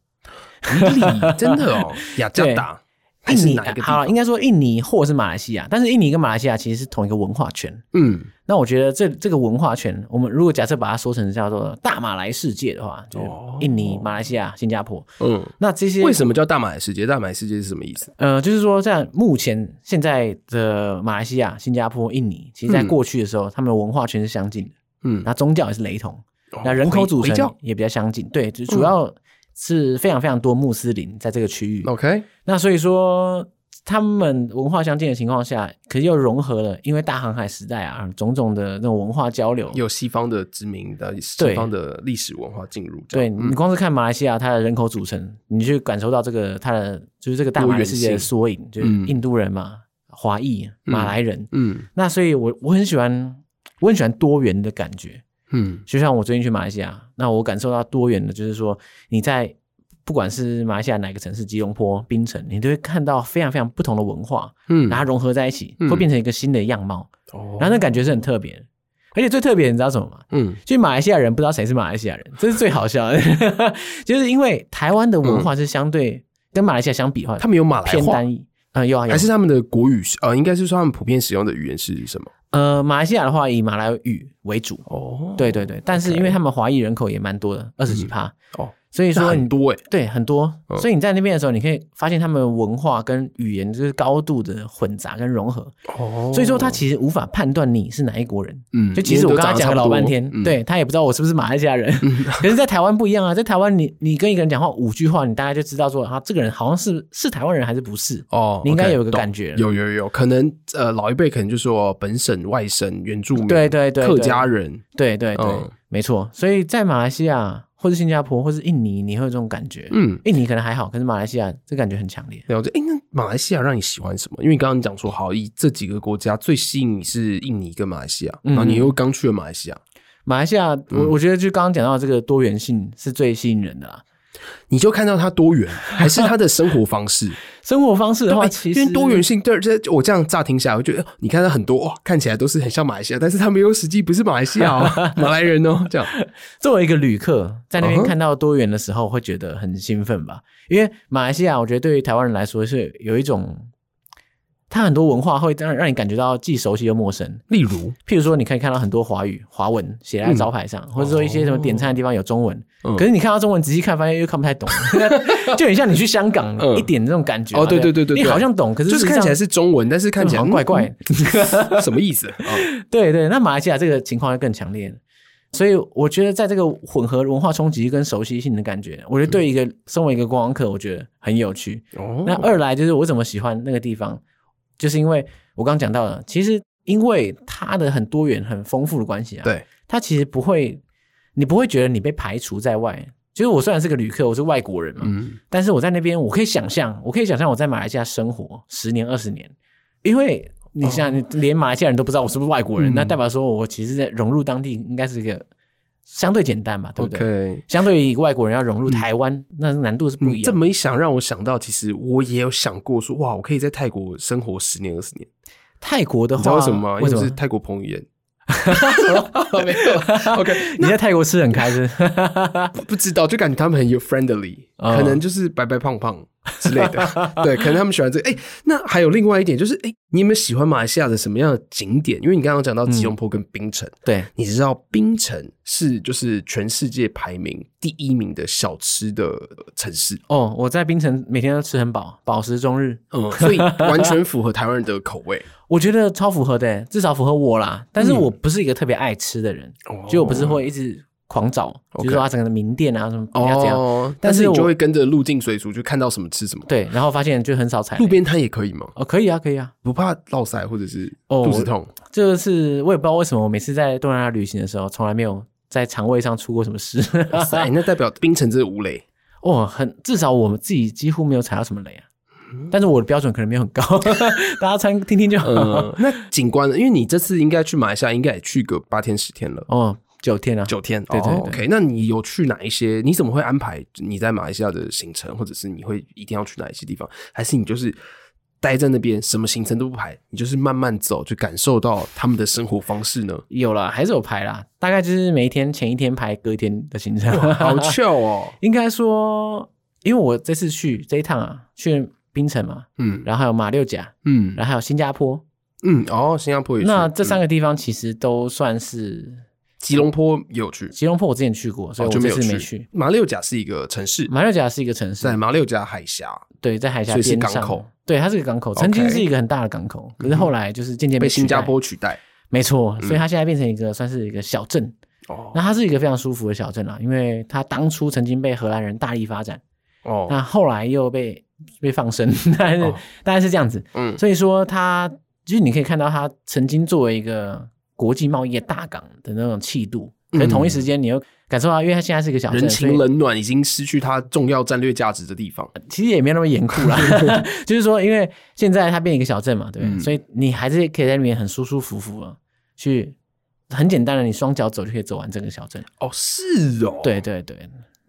Speaker 3: 印尼真的
Speaker 4: *laughs*
Speaker 3: 哦，雅加达还
Speaker 4: 印
Speaker 3: 是
Speaker 4: 尼
Speaker 3: 哪一个地
Speaker 4: 好
Speaker 3: 方
Speaker 4: 了，应？该说印尼或是马来西亚，但是印尼跟马来西亚其实是同一个文化圈。
Speaker 3: 嗯，
Speaker 4: 那我觉得这这个文化圈，我们如果假设把它说成叫做大马来世界的话，就是
Speaker 3: 哦
Speaker 4: 印尼、马来西亚、新加坡，
Speaker 3: 嗯，
Speaker 4: 那这些
Speaker 3: 为什么叫大马来世界？大马来世界是什么意思？
Speaker 4: 呃，就是说，在目前现在的马来西亚、新加坡、印尼，其实在
Speaker 3: 嗯
Speaker 4: 过去的时候，他们的文化圈是相近的，
Speaker 3: 嗯，
Speaker 4: 那宗教也是雷同，
Speaker 3: 哦
Speaker 4: 那人口
Speaker 3: 回
Speaker 4: 组
Speaker 3: 回教嗯
Speaker 4: 成也比较相近。对，就主要是非常非常多穆斯林在这个区域。
Speaker 3: OK，
Speaker 4: 那所以说，他们文化相近的情况下，可是又融合了，因为大航海时代啊，种种的那种文化交流。
Speaker 3: 有西方的殖民的西
Speaker 4: 对
Speaker 3: 方的历史文化进入，这
Speaker 4: 对
Speaker 3: 样嗯
Speaker 4: 你光是看马来西亚它的人口组成，你去感受到这个它的就是这个大马来世界的缩影，就是
Speaker 3: 嗯
Speaker 4: 印度人嘛、华裔、马来人，
Speaker 3: 嗯
Speaker 4: 那所以我，我很喜欢，我很喜欢多元的感觉。
Speaker 3: 嗯
Speaker 4: 就像我最近去马来西亚，那我感受到多元的，就是说你在不管是马来西亚哪个城市，吉隆坡、槟城，你都会看到非常非常不同的文化，
Speaker 3: 嗯
Speaker 4: 然后它融合在一起，
Speaker 3: 嗯
Speaker 4: 会变成一个新的样貌，
Speaker 3: 哦
Speaker 4: 然后那感觉是很特别的。而且最特别，你知道什么吗？
Speaker 3: 嗯
Speaker 4: 就马来西亚人不知道谁是马来西亚人，这是最好笑的， *laughs* 就是因为台湾的文化是相对、跟马来西亚相比的话，
Speaker 3: 嗯他们有马来
Speaker 4: 偏
Speaker 3: 话，
Speaker 4: 单一。嗯，有啊有
Speaker 3: 还是他们的国语是呃，应该是说他们普遍使用的语言是什么？
Speaker 4: 呃，马来西亚的话以马来语为主，
Speaker 3: 哦
Speaker 4: 对对对，但是因为他们华裔人口也蛮多的，二十几趴，
Speaker 3: 哦，
Speaker 4: 所以
Speaker 3: 那
Speaker 4: 说
Speaker 3: 很
Speaker 4: 你
Speaker 3: 多哎，
Speaker 4: 对很多
Speaker 3: 嗯，
Speaker 4: 所以你在那边的时候，你可以发现他们文化跟语言就是高度的混杂跟融合，
Speaker 3: 哦
Speaker 4: 所以说他其实无法判断你是哪一国人。
Speaker 3: 嗯
Speaker 4: 就其实我跟他讲了老半天，，
Speaker 3: 因为都长得差不多嗯
Speaker 4: 对他也不知道我是不是马来西亚人。 *laughs* 可是，在台湾不一样啊，在台湾你你跟一个人讲话五句话，你大概就知道说啊，这个人好像是是台湾人还是不是。
Speaker 3: 哦，
Speaker 4: 你应该
Speaker 3: OK，
Speaker 4: 有一个
Speaker 3: 懂
Speaker 4: 感觉
Speaker 3: 有有有，可能呃老一辈可能就说本省、外省、原住民、
Speaker 4: 对对对，
Speaker 3: 客
Speaker 4: 对
Speaker 3: 家人，
Speaker 4: 对对对，
Speaker 3: 嗯
Speaker 4: 没错。所以在马来西亚或是新加坡或是印尼，你会有这种感觉。
Speaker 3: 嗯，
Speaker 4: 印尼可能还好，可是马来西亚这感觉很强烈。
Speaker 3: 了解。哎，那马来西亚让你喜欢什么？因为你刚刚讲说好，以这几个国家最吸引你是印尼跟马来西亚，然
Speaker 4: 嗯
Speaker 3: 后你又刚去了马来西亚，
Speaker 4: 马来西亚，我我觉得就刚刚讲到这个多元性是最吸引人的啦。
Speaker 3: 你就看到它多
Speaker 4: *laughs*
Speaker 3: 元，还是它的生活方式？
Speaker 4: 生活方式的话，
Speaker 3: 对，哎
Speaker 4: 其
Speaker 3: 因
Speaker 4: 实
Speaker 3: 为多元性，对，这我这样乍听下来，我觉得呃你看到很多哇，看起来都是很像马来西亚，但是他们又实际不是马来西亚、哦，马来人哦，这样
Speaker 4: 作为一个旅客在那
Speaker 3: 嗯
Speaker 4: 边
Speaker 3: 哼
Speaker 4: 看到多元的时候，会觉得很兴奋吧？因为马来西亚，我觉得对于台湾人来说是有一种，它很多文化会让让你感觉到既熟悉又陌生。
Speaker 3: 例如，
Speaker 4: 譬如说，你可以看到很多华语、华文写在招牌上，或者说一些什么点餐的地方有中文，
Speaker 3: 嗯
Speaker 4: 可是你看到中文仔细看，发现又看不太懂， *laughs* 就很像你去香港、
Speaker 3: 嗯
Speaker 4: 一点那种感觉嘛。
Speaker 3: 哦对
Speaker 4: 对
Speaker 3: 对对对
Speaker 4: 你
Speaker 3: 对
Speaker 4: 好像懂，可是
Speaker 3: 就是
Speaker 4: 事实
Speaker 3: 看
Speaker 4: 上
Speaker 3: 起来是中文，但是看起来
Speaker 4: 好像怪怪
Speaker 3: 嗯什么意思？啊
Speaker 4: 对对。那马来西亚这个情况就更强烈了。所以我觉得在这个混合文化冲击跟熟悉性的感觉，我觉得对一个身为一个观光客，我觉得很有趣。
Speaker 3: 哦
Speaker 4: 那二来就是我怎么喜欢那个地方，就是因为我刚讲到了，其实因为它的很多元、很丰富的关系啊，，
Speaker 3: 对
Speaker 4: 它其实不会，你不会觉得你被排除在外。就是我虽然是个旅客，我是外国人嘛，
Speaker 3: 嗯
Speaker 4: 但是我在那边，我可以想象，我可以想象我在马来西亚生活十年、二十年，因为你想，你连马来西亚人都不知道我是不是外国人，
Speaker 3: 哦嗯
Speaker 4: 那代表说我其实在融入当地应该是一个相对简单吧，对不对
Speaker 3: ，OK。相
Speaker 4: 相对于外国人要融入台湾，那难度是不一
Speaker 3: 你嗯这
Speaker 4: 样的。
Speaker 3: 么一想，让我想到，其实我也有想过说，哇，我可以在泰国生活十年、二十年。
Speaker 4: 泰国的
Speaker 3: 你
Speaker 4: 话，
Speaker 3: 知道为什么吗？因
Speaker 4: 为什
Speaker 3: 我
Speaker 4: 么
Speaker 3: 是？泰国彭于晏。没有，OK，
Speaker 4: 你在泰国吃很开
Speaker 3: *laughs*
Speaker 4: 心，
Speaker 3: 不不知道，就感觉他们很有 friendly，、
Speaker 4: 哦
Speaker 3: 可能就是白白胖胖之类的。对，可能他们喜欢这个。哎、那还有另外一点就是，哎、你有没有喜欢马来西亚的什么样的景点？因为你刚刚讲到吉隆坡跟槟城，
Speaker 4: 对，
Speaker 3: 你知道槟城是就是全世界排名第一名的小吃的城市，
Speaker 4: 哦，我在槟城每天都吃很饱，饱食终日，
Speaker 3: 嗯， *laughs* 所以完全符合台湾人的口味。
Speaker 4: 我觉得超符合的，欸至少符合我啦。但是我不是一个特别爱吃的人，
Speaker 3: 嗯哦
Speaker 4: 就我不是会一直狂找，比如说啊，整个名店啊什么要这样。
Speaker 3: 哦，但
Speaker 4: 但
Speaker 3: 是
Speaker 4: 是
Speaker 3: 你就
Speaker 4: 我
Speaker 3: 会跟着入境随俗，就看到什么吃什么。，
Speaker 4: 对，然后发现就很少踩雷
Speaker 3: 路边摊也可以吗？
Speaker 4: 哦，可以啊，可以啊。
Speaker 3: 不怕落腮或者是
Speaker 4: 哦
Speaker 3: 肚子痛？
Speaker 4: 这个是我也不知道为什么，我每次在东南亚旅行的时候，从来没有在肠胃上出过什么事。
Speaker 3: *laughs* 哇
Speaker 4: *laughs*
Speaker 3: 塞，哎那代表槟城真的无雷。
Speaker 4: 哦，很至少我们自己几乎没有踩到什么雷啊。但是我的标准可能没有很高， *laughs* 大家参听听就好。
Speaker 3: 嗯， *laughs* 那景观呢？因为你这次应该去马来西亚，应该也去个八天十天了，
Speaker 4: 哦，九天啊，
Speaker 3: 九天。
Speaker 4: 对对
Speaker 3: 哦
Speaker 4: 对
Speaker 3: OK，那你有去哪一些？你怎么会安排你在马来西亚的行程，或者是你会一定要去哪一些地方？还是你就是待在那边，什么行程都不排，你就是慢慢走，就感受到他们的生活方式
Speaker 4: *laughs*
Speaker 3: 呢？
Speaker 4: 有啦，还是有排啦，大概就是每一天前一天排，隔一天的行程。
Speaker 3: 好 chill 哦，
Speaker 4: 应该说，因为我这次去这一趟啊，去槟城嘛，
Speaker 3: 嗯
Speaker 4: 然后还有马六甲，
Speaker 3: 嗯
Speaker 4: 然后还有新加坡，
Speaker 3: 嗯，哦，新加坡也去，
Speaker 4: 那这
Speaker 3: 嗯
Speaker 4: 三个地方其实都算是
Speaker 3: 吉隆坡也有去，
Speaker 4: 吉隆坡，我之前去过，所以
Speaker 3: 哦
Speaker 4: 我
Speaker 3: 就
Speaker 4: 这
Speaker 3: 没有
Speaker 4: 次没
Speaker 3: 去。。马六甲是一个城市，
Speaker 4: 马六甲是一个城市
Speaker 3: 在，马六甲海峡
Speaker 4: 对，在海峡
Speaker 3: 所以
Speaker 4: 边
Speaker 3: 是
Speaker 4: 上，
Speaker 3: 港口
Speaker 4: 对，它是个港口，
Speaker 3: OK 嗯
Speaker 4: 曾经是一个很大的港口，可是后来就是渐渐
Speaker 3: 被
Speaker 4: 取代
Speaker 3: 新加，坡嗯取代。
Speaker 4: 没错，所以它现在变成一个算是一个小镇。
Speaker 3: 哦
Speaker 4: 那它是一个非常舒服的小镇啦，因为它当初曾经被荷兰人大力发展，
Speaker 3: 哦，
Speaker 4: 那后来又被被放生， *laughs* 但是
Speaker 3: 哦
Speaker 4: 大概是这样子。
Speaker 3: 嗯
Speaker 4: 所以说它就是你可以看到它曾经作为一个国际贸易的大港的那种气度，可是同一时间你又感受到，因为它现在是一个小
Speaker 3: 嗯
Speaker 4: 镇，
Speaker 3: 人
Speaker 4: 所
Speaker 3: 情
Speaker 4: 以
Speaker 3: 冷暖已经失去它重要战略价值的地方。
Speaker 4: 其实也没有那么严酷
Speaker 3: *laughs*
Speaker 4: 啦，就是说，因为现在它变一个小镇嘛，对不对，
Speaker 3: 嗯
Speaker 4: 所以你还是可以在里面很舒舒服服的去，很简单的，你双脚走就可以走完整个小镇。
Speaker 3: 哦，是哦，
Speaker 4: 对，对对，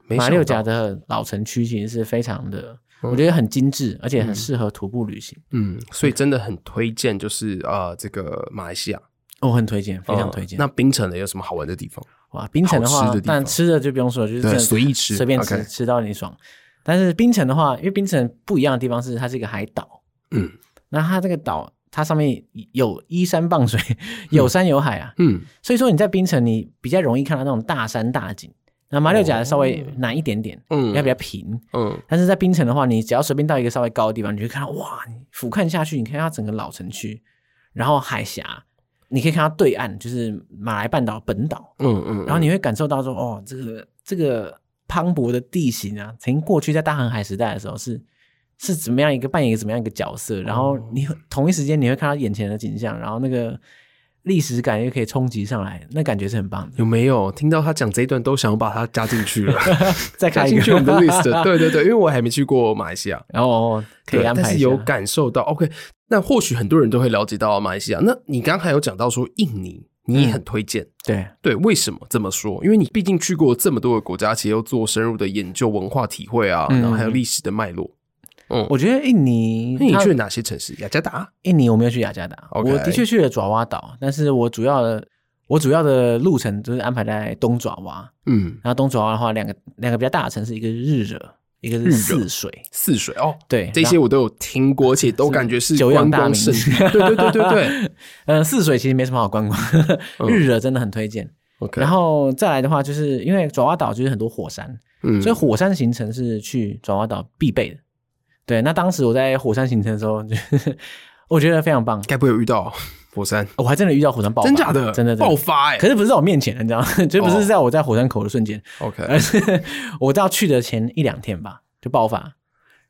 Speaker 3: 没
Speaker 4: 马
Speaker 3: 想
Speaker 4: 六
Speaker 3: 到
Speaker 4: 甲，的老城区其实是非常的，我觉得很精致，而且很适合徒步旅行。
Speaker 3: 嗯，所以真的很推荐，就是呃，这个马来西亚
Speaker 4: 我很推荐，非常
Speaker 3: 嗯
Speaker 4: 推荐。
Speaker 3: 那槟城呢有什么好玩的地方？
Speaker 4: 哇，冰城的
Speaker 3: 好
Speaker 4: 话
Speaker 3: 吃的，地方
Speaker 4: 但吃的就不用说了，就是
Speaker 3: 对
Speaker 4: 真的
Speaker 3: 随意吃
Speaker 4: 随便吃
Speaker 3: OK
Speaker 4: 吃到你爽。但是冰城的话，因为冰城不一样的地方是它是一个海岛，
Speaker 3: 嗯
Speaker 4: 那它这个岛它上面有依山傍水， *laughs* 有山有海啊，
Speaker 3: 嗯，
Speaker 4: 所以说你在冰城你比较容易看到那种大山大景。那马六甲稍微难一点点，
Speaker 3: 嗯
Speaker 4: 嗯，它比较平，
Speaker 3: 嗯，
Speaker 4: 但是在冰城的话，你只要随便到一个稍微高的地方，你就会看到哇，你俯瞰下去，你看它整个老城区，然后海峡，你可以看到对岸，就是马来半岛本岛，
Speaker 3: 嗯嗯，
Speaker 4: 然后你会感受到说，哦，这个这个磅礴的地形啊，曾经过去在大航海时代的时候是是怎么样一个扮演一个怎么样一个角色，然后
Speaker 3: 哦
Speaker 4: 你会同一时间你会看到眼前的景象，然后那个历史感又可以冲击上来，那感觉是很棒的。 *laughs*
Speaker 3: 有没有听到他讲这一段都想把它加进去了，
Speaker 4: 再
Speaker 3: 加
Speaker 4: 开一
Speaker 3: 进
Speaker 4: 个
Speaker 3: 去我们的 list？对对对，因为我还没去过马来西亚，
Speaker 4: 然后哦可以
Speaker 3: 对
Speaker 4: 安
Speaker 3: 但
Speaker 4: 排一
Speaker 3: 是
Speaker 4: 下
Speaker 3: 有感受到 OK。那或许很多人都会了解到马来西亚。那你刚才有讲到说印尼，你
Speaker 4: 嗯
Speaker 3: 也很推荐。
Speaker 4: 对
Speaker 3: 对，为什么这么说？因为你毕竟去过这么多个国家，且又做深入的研究、文化体会啊，
Speaker 4: 嗯
Speaker 3: 然后还有历史的脉络。嗯，
Speaker 4: 我觉得印尼，
Speaker 3: 那你
Speaker 4: 它
Speaker 3: 去了哪些城市？雅加达。
Speaker 4: 印尼我没有去雅加达
Speaker 3: OK
Speaker 4: 我的确去了爪哇岛，但是我主要的我主要的路程就是安排在东爪哇，
Speaker 3: 嗯，
Speaker 4: 然后东爪哇的话，两个两个比较大的城市，一个是日惹，一个
Speaker 3: 日
Speaker 4: 是
Speaker 3: 惹
Speaker 4: 泗水，
Speaker 3: 泗水哦，
Speaker 4: 对，
Speaker 3: 这些我都有听过，而且都感觉是
Speaker 4: 久
Speaker 3: 观
Speaker 4: 仰大
Speaker 3: 光
Speaker 4: 名
Speaker 3: 胜地。对对对对
Speaker 4: *laughs*
Speaker 3: 对。嗯
Speaker 4: 呃，泗水其实没什么好观光，日惹真的很推荐。
Speaker 3: OK，
Speaker 4: 然后再来的话，就是因为爪哇岛就是很多火山，
Speaker 3: 嗯
Speaker 4: 所以火山行程是去爪哇岛必备的。 *laughs* 对，那当时我在火山行程的时候，就是我觉得非常棒。
Speaker 3: 该不会有遇到火山，
Speaker 4: 我还真的遇到火山爆发，
Speaker 3: 真假的，
Speaker 4: 真的真的
Speaker 3: 爆发哦哎、
Speaker 4: 可是不是在我面前，你知道吗？ *laughs* 就不是在我在火山口的瞬间，
Speaker 3: OK，
Speaker 4: 而是 *laughs* 我到去的前一两天吧就爆发。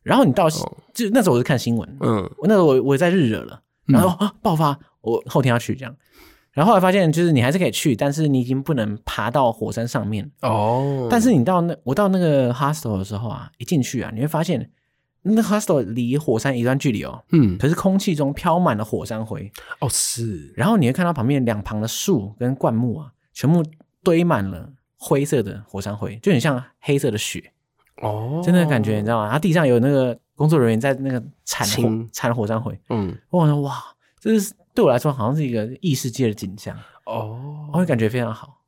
Speaker 4: 然后你到
Speaker 3: 哦
Speaker 4: 就那时候我是看新闻，
Speaker 3: 嗯，
Speaker 4: 我那时候我我在日惹了，然后啊爆发，我后天要去这样。然后后来发现就是你还是可以去，但是你已经不能爬到火山上面。
Speaker 3: 哦，
Speaker 4: 但是你到那我到那个 hostel 的时候啊，一进去啊，你会发现那 hostel 离火山一段距离哦，
Speaker 3: 嗯，
Speaker 4: 可是空气中飘满了火山灰。
Speaker 3: 哦是，
Speaker 4: 然后你会看到旁边两旁的树跟灌木啊，全部堆满了灰色的火山灰，就很像黑色的雪，
Speaker 3: 哦，
Speaker 4: 真的感觉你知道吗？它地上有那个工作人员在那个铲火
Speaker 3: 清
Speaker 4: 铲火山灰，
Speaker 3: 嗯，
Speaker 4: 我想说哇，这是对我来说好像是一个异世界的景象，
Speaker 3: 哦，
Speaker 4: 我会感觉非常好，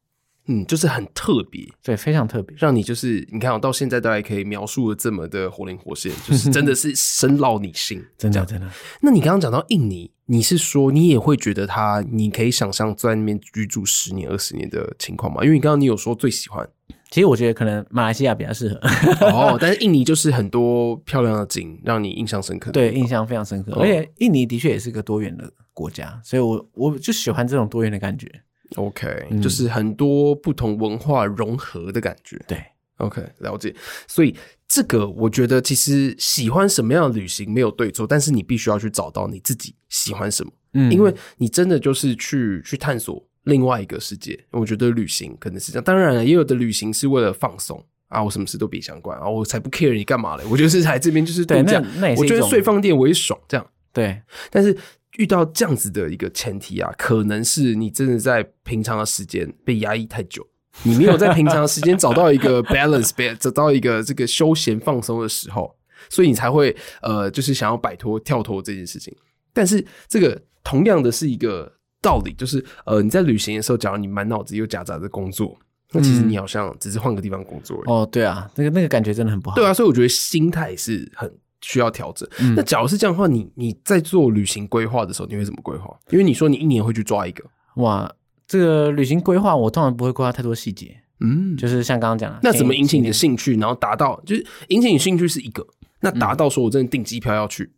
Speaker 3: 嗯，就是很特别，
Speaker 4: 对，非常特别。
Speaker 3: 让你就是你看哦我到现在大概可以描述的这么的活灵活现， *laughs* 就是真的是深烙你心。
Speaker 4: 真的真的，
Speaker 3: *laughs* 那你刚刚讲到印尼，你是说你也会觉得它，你可以想象在那边居住十年、二十年的情况吗？因为你刚刚你有说最喜 *laughs* 欢
Speaker 4: 其实我觉得可能马来西亚比较适合，
Speaker 3: *laughs* 哦，但是印尼就是很多漂亮的景，让你印象深刻。
Speaker 4: 对，印象非常深刻。
Speaker 3: 哦
Speaker 4: 而且印尼的确也是个多元的国家，所以我我就喜欢这种多元的感觉。
Speaker 3: ，OK，、
Speaker 4: 嗯
Speaker 3: 就是很多不同文化融合的感觉。
Speaker 4: 对，
Speaker 3: OK，了解。所以这个我觉得其实喜欢什么样的旅行没有对错，但是你必须要去找到你自己喜欢什么。
Speaker 4: 嗯
Speaker 3: 因为你真的就是去去探索另外一个世界。我觉得旅行可能是这样，当然了，也有的旅行是为了放松啊，我什么事都别想管啊，我才不 care 你干嘛嘞。我就是来这边就是度
Speaker 4: 对那
Speaker 3: 假
Speaker 4: 那也，是
Speaker 3: 我
Speaker 4: 一
Speaker 3: 觉得
Speaker 4: 种
Speaker 3: 睡放电我也爽这样。
Speaker 4: 对，
Speaker 3: 但是遇到这样子的一个前提啊，可能是你真的在平常的时间被压抑太久，你没有在平常的时间找到一个 balance，别找到一个这个休闲放松的时候，所以你才会呃，就是想要摆脱跳脱这件事情。但是这个同样的是一个道理，就是呃，你在旅行的时候，假如你满脑子又夹杂着工作，那其实你好像只是换个地方工作而已。
Speaker 4: 哦，对啊，那个那个感觉真的很不好。嗯
Speaker 3: 对啊，所以我觉得心态是很需要调整。那假如是这样的话，你你在做旅行规划的时候，你会怎么规划？因为你说你一年会去抓一个，
Speaker 4: 哇，这个旅行规划我通常不会规划太多细节，
Speaker 3: 嗯，
Speaker 4: 就是像刚刚讲的，
Speaker 3: 那怎么引起你的
Speaker 4: 前
Speaker 3: 兴趣，然后达到就是引起你兴趣是一个，那达到说我真的订机票要去，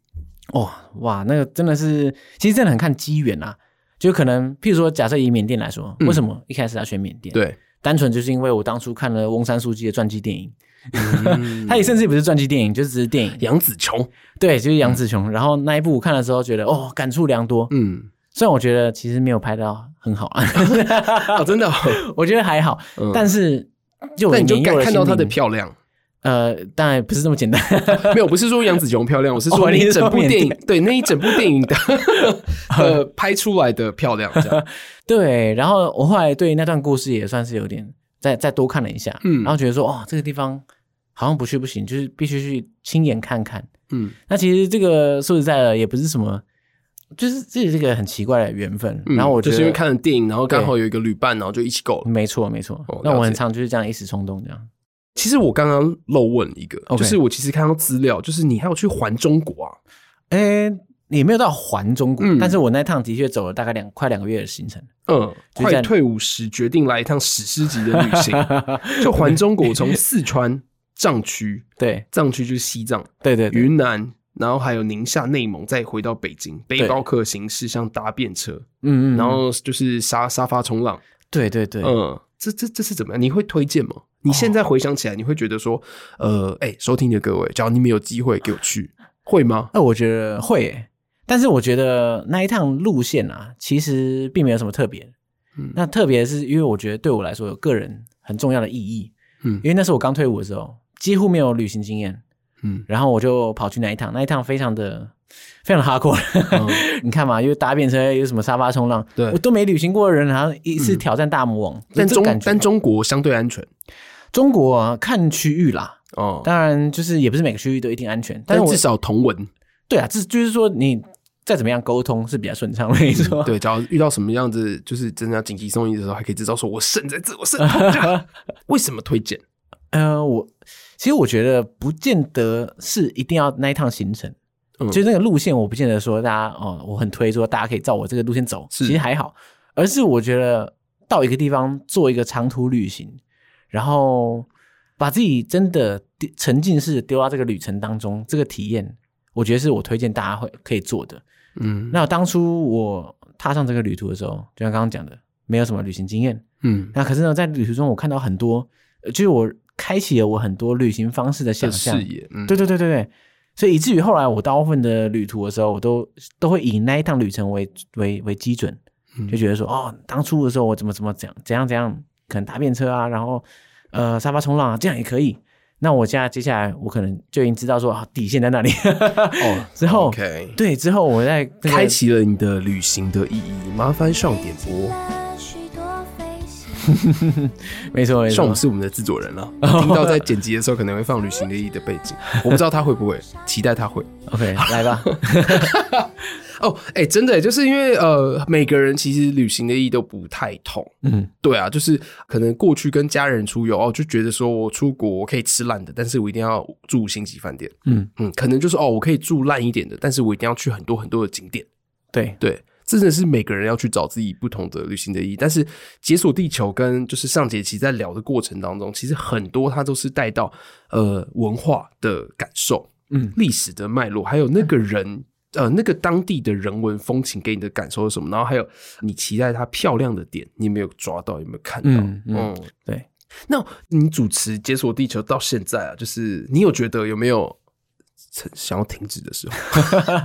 Speaker 4: 哦，哇，那个真的是，其实真的很看机缘啊。就可能，譬如说，假设以缅甸来说，为什么一开始要选缅甸？，
Speaker 3: 嗯对，
Speaker 4: 单纯就是因为我当初看了翁山书记的传记电影，
Speaker 3: 嗯
Speaker 4: 他也甚至也不是传记电影，就只是电影。
Speaker 3: 杨紫琼，
Speaker 4: 对，就是杨紫琼。然后那一部我看的时候，觉得哦，感触良多。
Speaker 3: 嗯，
Speaker 4: 虽然我觉得其实没有拍到很好
Speaker 3: *laughs*
Speaker 4: 啊，
Speaker 3: 啊，真的 *laughs* 哦，
Speaker 4: *laughs* 我觉得还好，但是就我
Speaker 3: 嗯那你就
Speaker 4: 年
Speaker 3: 感
Speaker 4: 幼的
Speaker 3: 看到
Speaker 4: 心
Speaker 3: 她的
Speaker 4: 灵
Speaker 3: 漂亮，
Speaker 4: 呃，当然不是这
Speaker 3: *laughs*
Speaker 4: 么简单。
Speaker 3: 没有，不是说杨紫琼漂亮，我是说
Speaker 4: 哦
Speaker 3: 那
Speaker 4: 你
Speaker 3: 一
Speaker 4: 是
Speaker 3: 整
Speaker 4: 说
Speaker 3: 部电影
Speaker 4: 缅，
Speaker 3: 对那一整部电影的呃拍出来的漂亮，这样，
Speaker 4: 对，然后我后来对那段故事也算是有点再再多看了一下，
Speaker 3: 嗯
Speaker 4: 然后觉得说，哦，这个地方好像不去不行，就是必须去亲眼看看。
Speaker 3: 嗯
Speaker 4: 那其实这个说实在的，也不是什么，就是这是一个很奇怪的缘分。
Speaker 3: 嗯
Speaker 4: 然后我觉
Speaker 3: 就
Speaker 4: 得，
Speaker 3: 是因为看了电影，然后刚好有一个旅伴，然后就一起够了。
Speaker 4: 没错没错，
Speaker 3: 哦
Speaker 4: 那
Speaker 3: 了
Speaker 4: 我很
Speaker 3: 解
Speaker 4: 常就是这样一时冲动这样。
Speaker 3: 其实我刚刚漏问一个就
Speaker 4: OK
Speaker 3: 是我其实看到资料，就是你还有去环中国啊，
Speaker 4: 哎，也没有到环中国，
Speaker 3: 嗯
Speaker 4: 但是我那趟的确走了大概两快两个月的行程。
Speaker 3: 嗯，
Speaker 4: 就这
Speaker 3: 快
Speaker 4: 样
Speaker 3: 退伍时决定来一趟史诗级的旅行， *laughs*
Speaker 4: *laughs*
Speaker 3: 就环中国，从四川藏区，
Speaker 4: 对
Speaker 3: 藏区就是西藏，
Speaker 4: 对对对，
Speaker 3: 云南，然后还有宁夏、内蒙，再回到北京，背包客形式像搭便车，
Speaker 4: 嗯嗯，
Speaker 3: 然后就是沙沙发冲浪，
Speaker 4: 对对哦对，
Speaker 3: 嗯，这这这是怎么样？你会推荐吗？你现在回想起来，你会觉得说，呃，哎、收听的各位，假如你们有机会给我去，会吗？
Speaker 4: 那我觉得会耶、但是我觉得那一趟路线啊，其实并没有什么特别的。
Speaker 3: 嗯
Speaker 4: 那特别是因为我觉得对我来说有个人很重要的意义，
Speaker 3: 嗯
Speaker 4: 因为那时候我刚退伍的时候，几乎没有旅行经验，
Speaker 3: 嗯，
Speaker 4: 然后我就跑去那一趟，那一趟非常的 *laughs* 非常的 hardcore，、你 *laughs* 看嘛，又搭便车，又什么沙发冲浪，
Speaker 3: 嗯对嗯
Speaker 4: 我都没旅行过的人，然后一次挑战大魔王，
Speaker 3: 但
Speaker 4: 这种
Speaker 3: 中
Speaker 4: 感觉
Speaker 3: 但中国相对安全
Speaker 4: 中国、啊、看区域啦，
Speaker 3: 哦，
Speaker 4: 当然就是也不是每个区域都一定安全，
Speaker 3: 但
Speaker 4: 但是我
Speaker 3: 至少同文
Speaker 4: 对啊，这就是说你再怎么样沟 *laughs* 通是比较顺畅的，没错。
Speaker 3: 嗯对，假如遇到什么样子，就是真的要紧急送医的时候，还可以知道说我胜在这，我胜在
Speaker 4: *laughs*
Speaker 3: 这。为什么推荐？
Speaker 4: *laughs* 呃，我其实我觉得不见得是一定要那一趟行程，
Speaker 3: 嗯
Speaker 4: 就是那个路线，我不见得说大家哦，我很推说大家可以照我这个路线走，
Speaker 3: 是
Speaker 4: 其实还好，而是我觉得到一个地方做一个长途旅行，然后把自己真的丢沉浸式地丢到这个旅程当中，这个体验，我我觉得是我推荐大家会可以做的。
Speaker 3: 嗯
Speaker 4: 那当初我踏上这个旅途的时候，就像刚刚讲的，没有什么旅行经验。
Speaker 3: 嗯，
Speaker 4: 那可是呢，在旅途中我看到很多，呃就是我开启了我很多旅行方式的想
Speaker 3: 这
Speaker 4: 象
Speaker 3: 视。野，嗯，
Speaker 4: 对对对对对，所以以至于后来我大部分的旅途的时候，我都都会以那一趟旅程为为为基准，
Speaker 3: 嗯
Speaker 4: 就觉得说哦，当初的时候我怎么怎么怎样怎样怎样，可能搭便车啊，然后呃沙发冲浪啊，这样也可以。那我现在接下来我可能就已经知道说啊底线在那里，
Speaker 3: 哦
Speaker 4: *laughs* 之后
Speaker 3: OK
Speaker 4: 对之后我再
Speaker 3: 开启了你的旅行的意义。麻烦上点播，
Speaker 4: 没错没
Speaker 3: 上
Speaker 4: 错
Speaker 3: 午，是我们的制作
Speaker 4: *laughs*
Speaker 3: 人了，听到在剪辑的时候可能会放旅行的意义的背景，我不知道他会不会，期待他会。
Speaker 4: OK
Speaker 3: *laughs*
Speaker 4: 来吧，
Speaker 3: 哦，哎、真的耶，就是因为呃，每个人其实旅行的意义都不太同。
Speaker 4: 嗯
Speaker 3: 对啊，就是可能过去跟家人出游哦，就觉得说我出国我可以吃烂的，但是我一定要住星级饭店。
Speaker 4: 嗯
Speaker 3: 嗯，可能就是哦，我可以住烂一点的，但是我一定要去很多很多的景点。
Speaker 4: 对
Speaker 3: 对，真的是每个人要去找自己不同的旅行的意义。但是解锁地球跟就是上节期在聊的过程当中，其实很多它都是带到呃文化的感受，
Speaker 4: 嗯
Speaker 3: 历史的脉络，还有那个人。呃，那个当地的人文风情给你的感受是什么？然后还有你期待它漂亮的点，你有没有抓到？有没有看到？
Speaker 4: 嗯嗯
Speaker 3: 嗯，
Speaker 4: 对，
Speaker 3: 那你主持《解锁地球》到现在啊，就是你有觉得有没有想要停止的
Speaker 4: *laughs*
Speaker 3: 时候？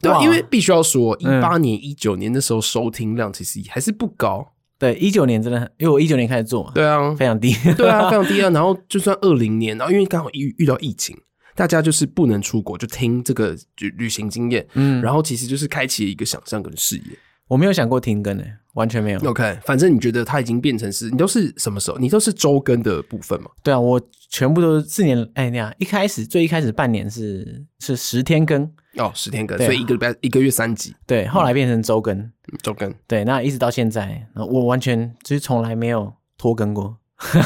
Speaker 3: 对啊，
Speaker 4: 哇嗯
Speaker 3: 因为必须要说，一八年、一九年那时候收听量其实还是不高。
Speaker 4: 对一九年真的很，因为我一九年开始做嘛，
Speaker 3: 对
Speaker 4: *laughs*
Speaker 3: 啊，
Speaker 4: 非常低，
Speaker 3: 对啊，非常低啊。然后就算二零年，然后因为刚好遇遇到疫情，大家就是不能出国，就听这个旅旅行经验，
Speaker 4: 嗯，
Speaker 3: 然后其实就是开启了一个想象跟视野。
Speaker 4: 我没有想过停更呢，欸完全没有。
Speaker 3: OK，反正你觉得它已经变成是你都是什么时候？你都是周更的部分嘛？
Speaker 4: 对啊，我全部都是四年，哎，那样一开始最一开始半年是是十天更，
Speaker 3: 哦，十天更，
Speaker 4: 对啊
Speaker 3: 所以一个礼拜一个月三集，
Speaker 4: 对，后来变成周更，
Speaker 3: 嗯周更。
Speaker 4: 对，那一直到现在，我完全就是从来没有拖更过， *laughs*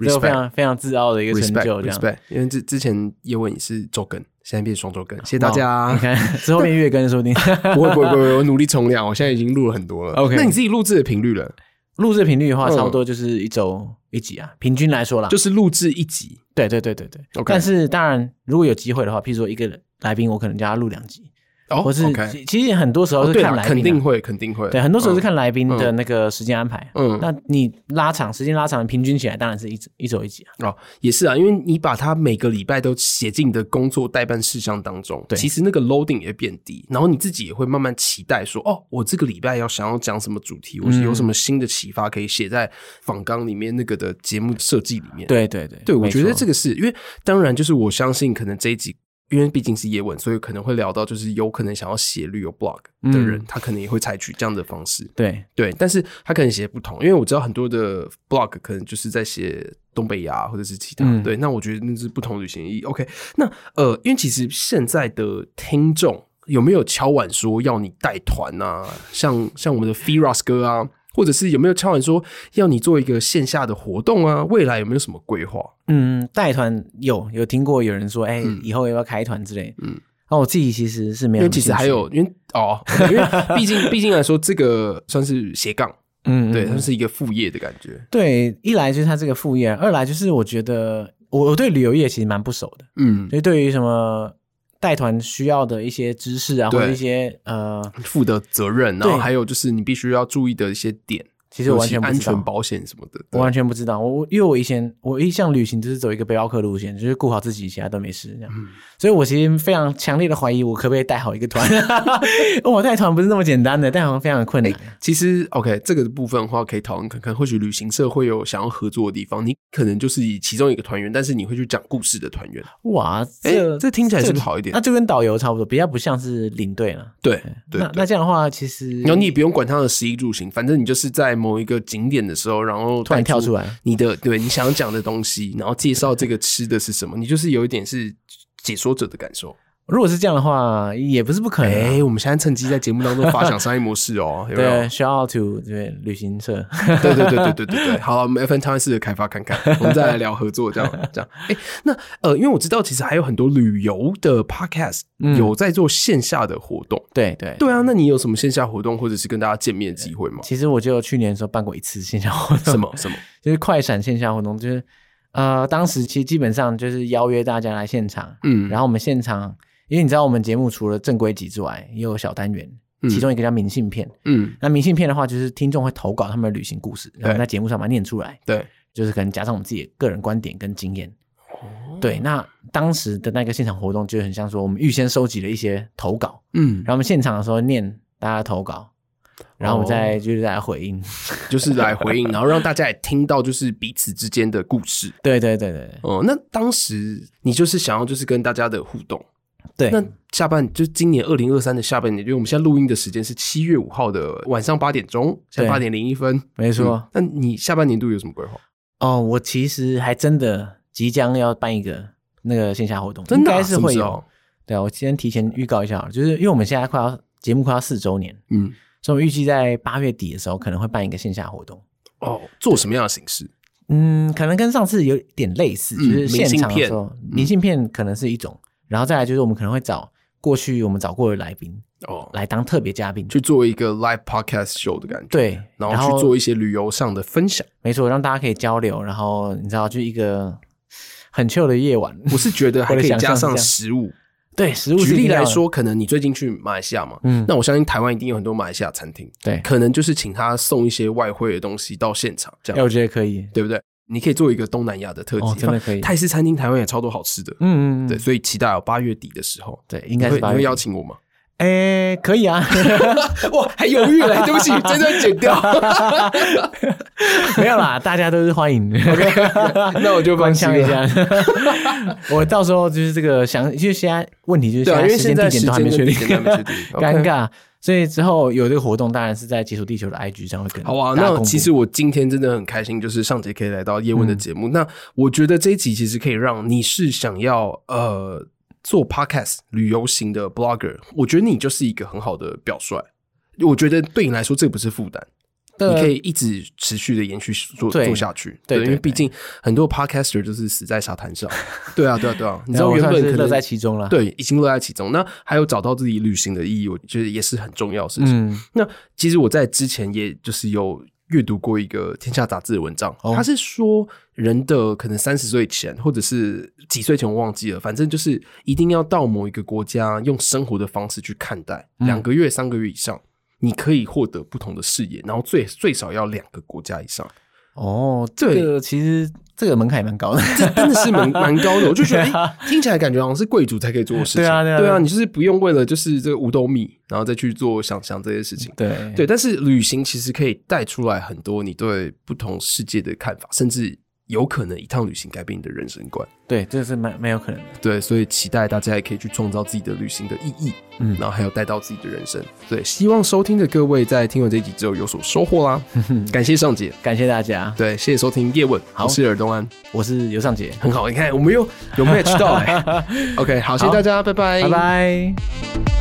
Speaker 4: 这是非常非常自傲的一个成
Speaker 3: respect
Speaker 4: 就，这样。
Speaker 3: respect，因为之之前叶问也是周更，现在变双周更，谢谢大
Speaker 4: 哇
Speaker 3: 家
Speaker 4: 你。看之后变月更说
Speaker 3: *laughs*
Speaker 4: 不定。
Speaker 3: 不会不会不会，我努力冲量，我现在已经录了很多了。
Speaker 4: OK
Speaker 3: 那你自己录制的频率了，
Speaker 4: 录制频率的话，
Speaker 3: 嗯
Speaker 4: 差不多就是一周一集啊，平均来说啦，
Speaker 3: 就是录制一集，
Speaker 4: 对对对对对。
Speaker 3: OK
Speaker 4: 但是当然，如果有机会的话，譬如说一个来宾，我可能叫他录两集，
Speaker 3: 哦
Speaker 4: 或是
Speaker 3: OK
Speaker 4: 其其实很多时候
Speaker 3: 哦
Speaker 4: 是
Speaker 3: 对
Speaker 4: 看
Speaker 3: 啦，
Speaker 4: 来宾啊，
Speaker 3: 肯定会肯定会，
Speaker 4: 对，很多时候是
Speaker 3: 嗯
Speaker 4: 看来宾的
Speaker 3: 嗯
Speaker 4: 那个时间安排。啊
Speaker 3: 嗯
Speaker 4: 那你拉长时间拉长，平均起来当然是一周一周一集啊。
Speaker 3: 哦，也是啊，因为你把它每个礼拜都写进你的工作代办事项当中，
Speaker 4: 对
Speaker 3: 其实那个 loading 也变低，然后你自己也会慢慢期待说，哦，我这个礼拜要想要讲什么主题，
Speaker 4: 嗯
Speaker 3: 我是有什么新的启发可以写在访纲里面那个的节目设计里面。
Speaker 4: 对对对，
Speaker 3: 对，我
Speaker 4: 没
Speaker 3: 觉得
Speaker 4: 错
Speaker 3: 这个是因为，当然就是我相信，可能这一集因为毕竟是叶问，所以可能会聊到就是有可能想要写旅游 blog 的人，
Speaker 4: 嗯
Speaker 3: 他可能也会采取这样的方式。
Speaker 4: 对
Speaker 3: 对，但是他可能写不同，因为我知道很多的 blog 可能就是在写东北亚或者是其他。
Speaker 4: 嗯
Speaker 3: 对，那我觉得那是不同的旅行意义。OK，那呃，因为其实现在的听众有没有敲碗说要你带团啊？像像我们的 Firas 哥啊，或者是有没有敲碗说要你做一个线下的活动啊？未来有没有什么规划？
Speaker 4: 嗯，带团有有听过有人说，哎、以后要不要开团之类的。嗯，那我自己其实是
Speaker 3: 嗯
Speaker 4: 没
Speaker 3: 因
Speaker 4: 有
Speaker 3: 为
Speaker 4: 什么
Speaker 3: 其
Speaker 4: 兴趣，
Speaker 3: 实还有，因为哦，因为毕竟毕竟来说，这个算是斜杠，
Speaker 4: 嗯，嗯，
Speaker 3: 对，
Speaker 4: 嗯
Speaker 3: 它是一个副业的感觉。
Speaker 4: 对，一来就是他这个副业，二来就是我觉得我我对旅游业其实蛮不熟的，
Speaker 3: 嗯，
Speaker 4: 所以对于什么带团需要的一些知识啊，
Speaker 3: 对
Speaker 4: 或者一些呃，
Speaker 3: 负的责任，然后
Speaker 4: 对
Speaker 3: 还有就是你必须要注意的一些点，
Speaker 4: 其实我完全
Speaker 3: 尤其
Speaker 4: 不
Speaker 3: 安
Speaker 4: 知道
Speaker 3: 全保险什么的。
Speaker 4: 我
Speaker 3: 对
Speaker 4: 完全不知道，我我因为我以前我一向旅行就是走一个背包客路线，就是顾好自己，其他都没事这样。
Speaker 3: 嗯
Speaker 4: 所以我其实非常强烈的怀疑，我可不可以带好一个团？ *laughs* 我带团不是那么简单的，带团非常困难。
Speaker 3: 其实 OK 这个部分的话，可以讨论看看，或许旅行社会有想要合作的地方，你可能就是以其中一个团员，但是你会去讲故事的团员。
Speaker 4: 哇，
Speaker 3: 哎
Speaker 4: 这、
Speaker 3: 这听起来是不是好一点
Speaker 4: 那就跟导游差不多，比较不像是领队了。
Speaker 3: 对对
Speaker 4: 那
Speaker 3: 对。
Speaker 4: 那这样的话，其实
Speaker 3: 然后你也不用管他的食衣住行，反正你就是在某一个景点的时候，然后
Speaker 4: 突
Speaker 3: 带
Speaker 4: 然跳出来
Speaker 3: 你的对你想要讲的东西，然后介绍这个吃的是什么，你就是有一点是解说者的感受。
Speaker 4: 如果是这样的话，也不是不可能啊、
Speaker 3: 哎、我们现在趁机在节目当中发想商业模式哦，有没有
Speaker 4: 对？，shout out to 这边旅行社。 *laughs*
Speaker 3: 对对对对对对对，好，我们 FN 探试着开发看看，我们再来聊合作，这样这样。哎、那呃，因为我知道其实还有很多旅游的 podcast
Speaker 4: 嗯
Speaker 3: 有在做线下的活动，
Speaker 4: 对对
Speaker 3: 对啊，那你有什么线下活动或者是跟大家见面的机会
Speaker 4: *laughs*
Speaker 3: 吗？
Speaker 4: 其实我就去年的时候办过一次线下活动，
Speaker 3: 什么什么？
Speaker 4: 就是快闪线下活动，就是呃，当时其实基本上就是邀约大家来现场，
Speaker 3: 嗯
Speaker 4: 然后我们现场因为你知道我们节目除了正规集之外，也有小单元，
Speaker 3: 嗯
Speaker 4: 其中一个叫明信片。
Speaker 3: 嗯，
Speaker 4: 那明信片的话，就是听众会投稿他们的旅行故事，然后
Speaker 3: 对
Speaker 4: 在节目上把它念出来，
Speaker 3: 对，
Speaker 4: 就是可能加上我们自己的个人观点跟经验。
Speaker 3: 哦
Speaker 4: 对，那当时的那个现场活动就很像说，我们预先收集了一些投稿，
Speaker 3: 嗯
Speaker 4: 然，后我们现场的时候念大家的投稿，然后我们
Speaker 3: 哦
Speaker 4: 再就是来回应。 *laughs*
Speaker 3: 就是来回应，然后让大家也听到就是彼此之间的故事。
Speaker 4: 对对对对
Speaker 3: 哦、那当时你就是想要就是跟大家的互动。
Speaker 4: 对。
Speaker 3: 那下半就是今年二零二三的下半年，因为我们现在录音的时间是七月五号的晚上八点钟，现在
Speaker 4: 对
Speaker 3: 八点零一分。
Speaker 4: 没错
Speaker 3: 嗯那你下半年度有什么规划？
Speaker 4: 哦，我其实还真的即将要办一个那个线下活动，
Speaker 3: 真的啊
Speaker 4: 应该是
Speaker 3: 什么
Speaker 4: 会
Speaker 3: 时
Speaker 4: 有
Speaker 3: 候。
Speaker 4: 对啊，我先提前预告一下好了，就是因为我们现在快要节目快要四周年，
Speaker 3: 嗯，
Speaker 4: 所以我预计在八月底的时候可能会办一个线下活动。
Speaker 3: 哦，做什么样的形式？
Speaker 4: 嗯，可能跟上次有点类似，
Speaker 3: 嗯
Speaker 4: 就是现场的时候，
Speaker 3: 明信片嗯
Speaker 4: 明信片可能是一种，然后再来就是我们可能会找过去我们找过的来宾
Speaker 3: 哦，
Speaker 4: 来当特别嘉宾，
Speaker 3: 去做一个 live podcast show 的感觉，
Speaker 4: 对，
Speaker 3: 然后去做一些旅游上的分享。
Speaker 4: 没错，让大家可以交流，然后你知道，就一个很 chill 的夜晚。
Speaker 3: 我是觉得还可以加
Speaker 4: 我
Speaker 3: 上
Speaker 4: 的想象是
Speaker 3: 食物。
Speaker 4: 对，食物是
Speaker 3: 举
Speaker 4: 一
Speaker 3: 例
Speaker 4: 定要
Speaker 3: 来
Speaker 4: 的，
Speaker 3: 说，可能你最近去马来西亚嘛，
Speaker 4: 嗯，
Speaker 3: 那我相信台湾一定有很多马来西亚餐厅，
Speaker 4: 对，
Speaker 3: 可能就是请他送一些外汇的东西到现场，这
Speaker 4: 哎，
Speaker 3: 样
Speaker 4: 我觉得可以，
Speaker 3: 对不对？你可以做一个东南亚的特
Speaker 4: 哦
Speaker 3: 辑，
Speaker 4: 真的可以
Speaker 3: 泰式餐厅台湾也超多好吃的，
Speaker 4: 嗯嗯，嗯
Speaker 3: 对，，所以期待哦，八月底的时候，
Speaker 4: 对，应该
Speaker 3: 你
Speaker 4: 是
Speaker 3: 会你
Speaker 4: 八月
Speaker 3: 会
Speaker 4: 底
Speaker 3: 邀，请我吗？
Speaker 4: 哎，可
Speaker 3: *laughs*
Speaker 4: 以啊，
Speaker 3: 哇，还犹豫了，对不起，真的剪
Speaker 4: *laughs*
Speaker 3: 掉。
Speaker 4: 没有啦，大家都是欢迎的。
Speaker 3: 那我
Speaker 4: *laughs*
Speaker 3: 就放
Speaker 4: 关
Speaker 3: 弃
Speaker 4: 枪一
Speaker 3: 了。
Speaker 4: 下， *laughs* 我到时候就是这个想，因为现在问题就是
Speaker 3: 对啊，因为
Speaker 4: 现
Speaker 3: 现
Speaker 4: 在
Speaker 3: 在
Speaker 4: 时
Speaker 3: 时
Speaker 4: 间地点
Speaker 3: 间跟
Speaker 4: 都还没确定，
Speaker 3: 地，点都还没确定
Speaker 4: *laughs* 尴。尬。所以之后有这个活动，当然是在解锁地球的 IG 上会跟
Speaker 3: 好啊，
Speaker 4: 大家
Speaker 3: 那
Speaker 4: 公布嗯
Speaker 3: 其实我今天真的很开心，就是上节可以来到叶问的节目。那我觉得这一集其实可以让你是想要呃做 podcast 旅游型的 blogger，我觉得你就是一个很好的表率。我觉得对你来说这不是负担，
Speaker 4: 对啊
Speaker 3: 你可以一直持续的延续做
Speaker 4: 对
Speaker 3: 做下去。
Speaker 4: 对对
Speaker 3: 因为
Speaker 4: 对
Speaker 3: 毕竟很多 podcaster 就是死在沙滩
Speaker 4: *laughs*
Speaker 3: 上。对啊，对啊，对啊，你知道
Speaker 4: 我
Speaker 3: 原
Speaker 4: 算
Speaker 3: 本
Speaker 4: 是
Speaker 3: 可
Speaker 4: 乐
Speaker 3: 能
Speaker 4: 在其中了。，啊
Speaker 3: 对，已经乐在其中。那还有找到自己旅行的意义，我觉得也是很重要的事情。
Speaker 4: 嗯，
Speaker 3: 那其实我在之前也就是有阅读过一个《天下》杂志的文章，
Speaker 4: 哦
Speaker 3: 他是说人的可能三十岁前或者是几岁前，我忘记了，反正就是一定要到某一个国家，用生活的方式去看待，
Speaker 4: 嗯
Speaker 3: 两个月、三个月以上。你可以获得不同的视野，然后最最少要两个国家以上，
Speaker 4: 哦，这个其实这个门槛也蛮高的。
Speaker 3: 这真的是蛮蛮高的。我就
Speaker 4: *laughs*
Speaker 3: 觉得，哎，听起来感觉好像是贵族才可以做的事情。
Speaker 4: 对啊对啊
Speaker 3: 对
Speaker 4: 对啊
Speaker 3: 啊，你就是不用为了就是这个五斗米，然后再去做想想这些事情。
Speaker 4: *laughs* 对
Speaker 3: 对，但是旅行其实可以带出来很多你对不同世界的看法，甚至有可能一趟旅行改变你的人生观。
Speaker 4: 对，这是蛮蛮有可能的。
Speaker 3: 对，所以期待大家也可以去创造自己的旅行的意义，
Speaker 4: 嗯
Speaker 3: 然后还有带到自己的人生。对，希望收听的各位在听完这一集之后有所收获啦。感谢尚姐，
Speaker 4: 感谢大家，
Speaker 3: 对，谢谢收听夜问，
Speaker 4: 好
Speaker 3: 我是尔东安，
Speaker 4: 我是尤尚杰，
Speaker 3: 很好，你看我们又有 match 到哎、OK，好，谢谢大家，拜拜，
Speaker 4: 拜。拜。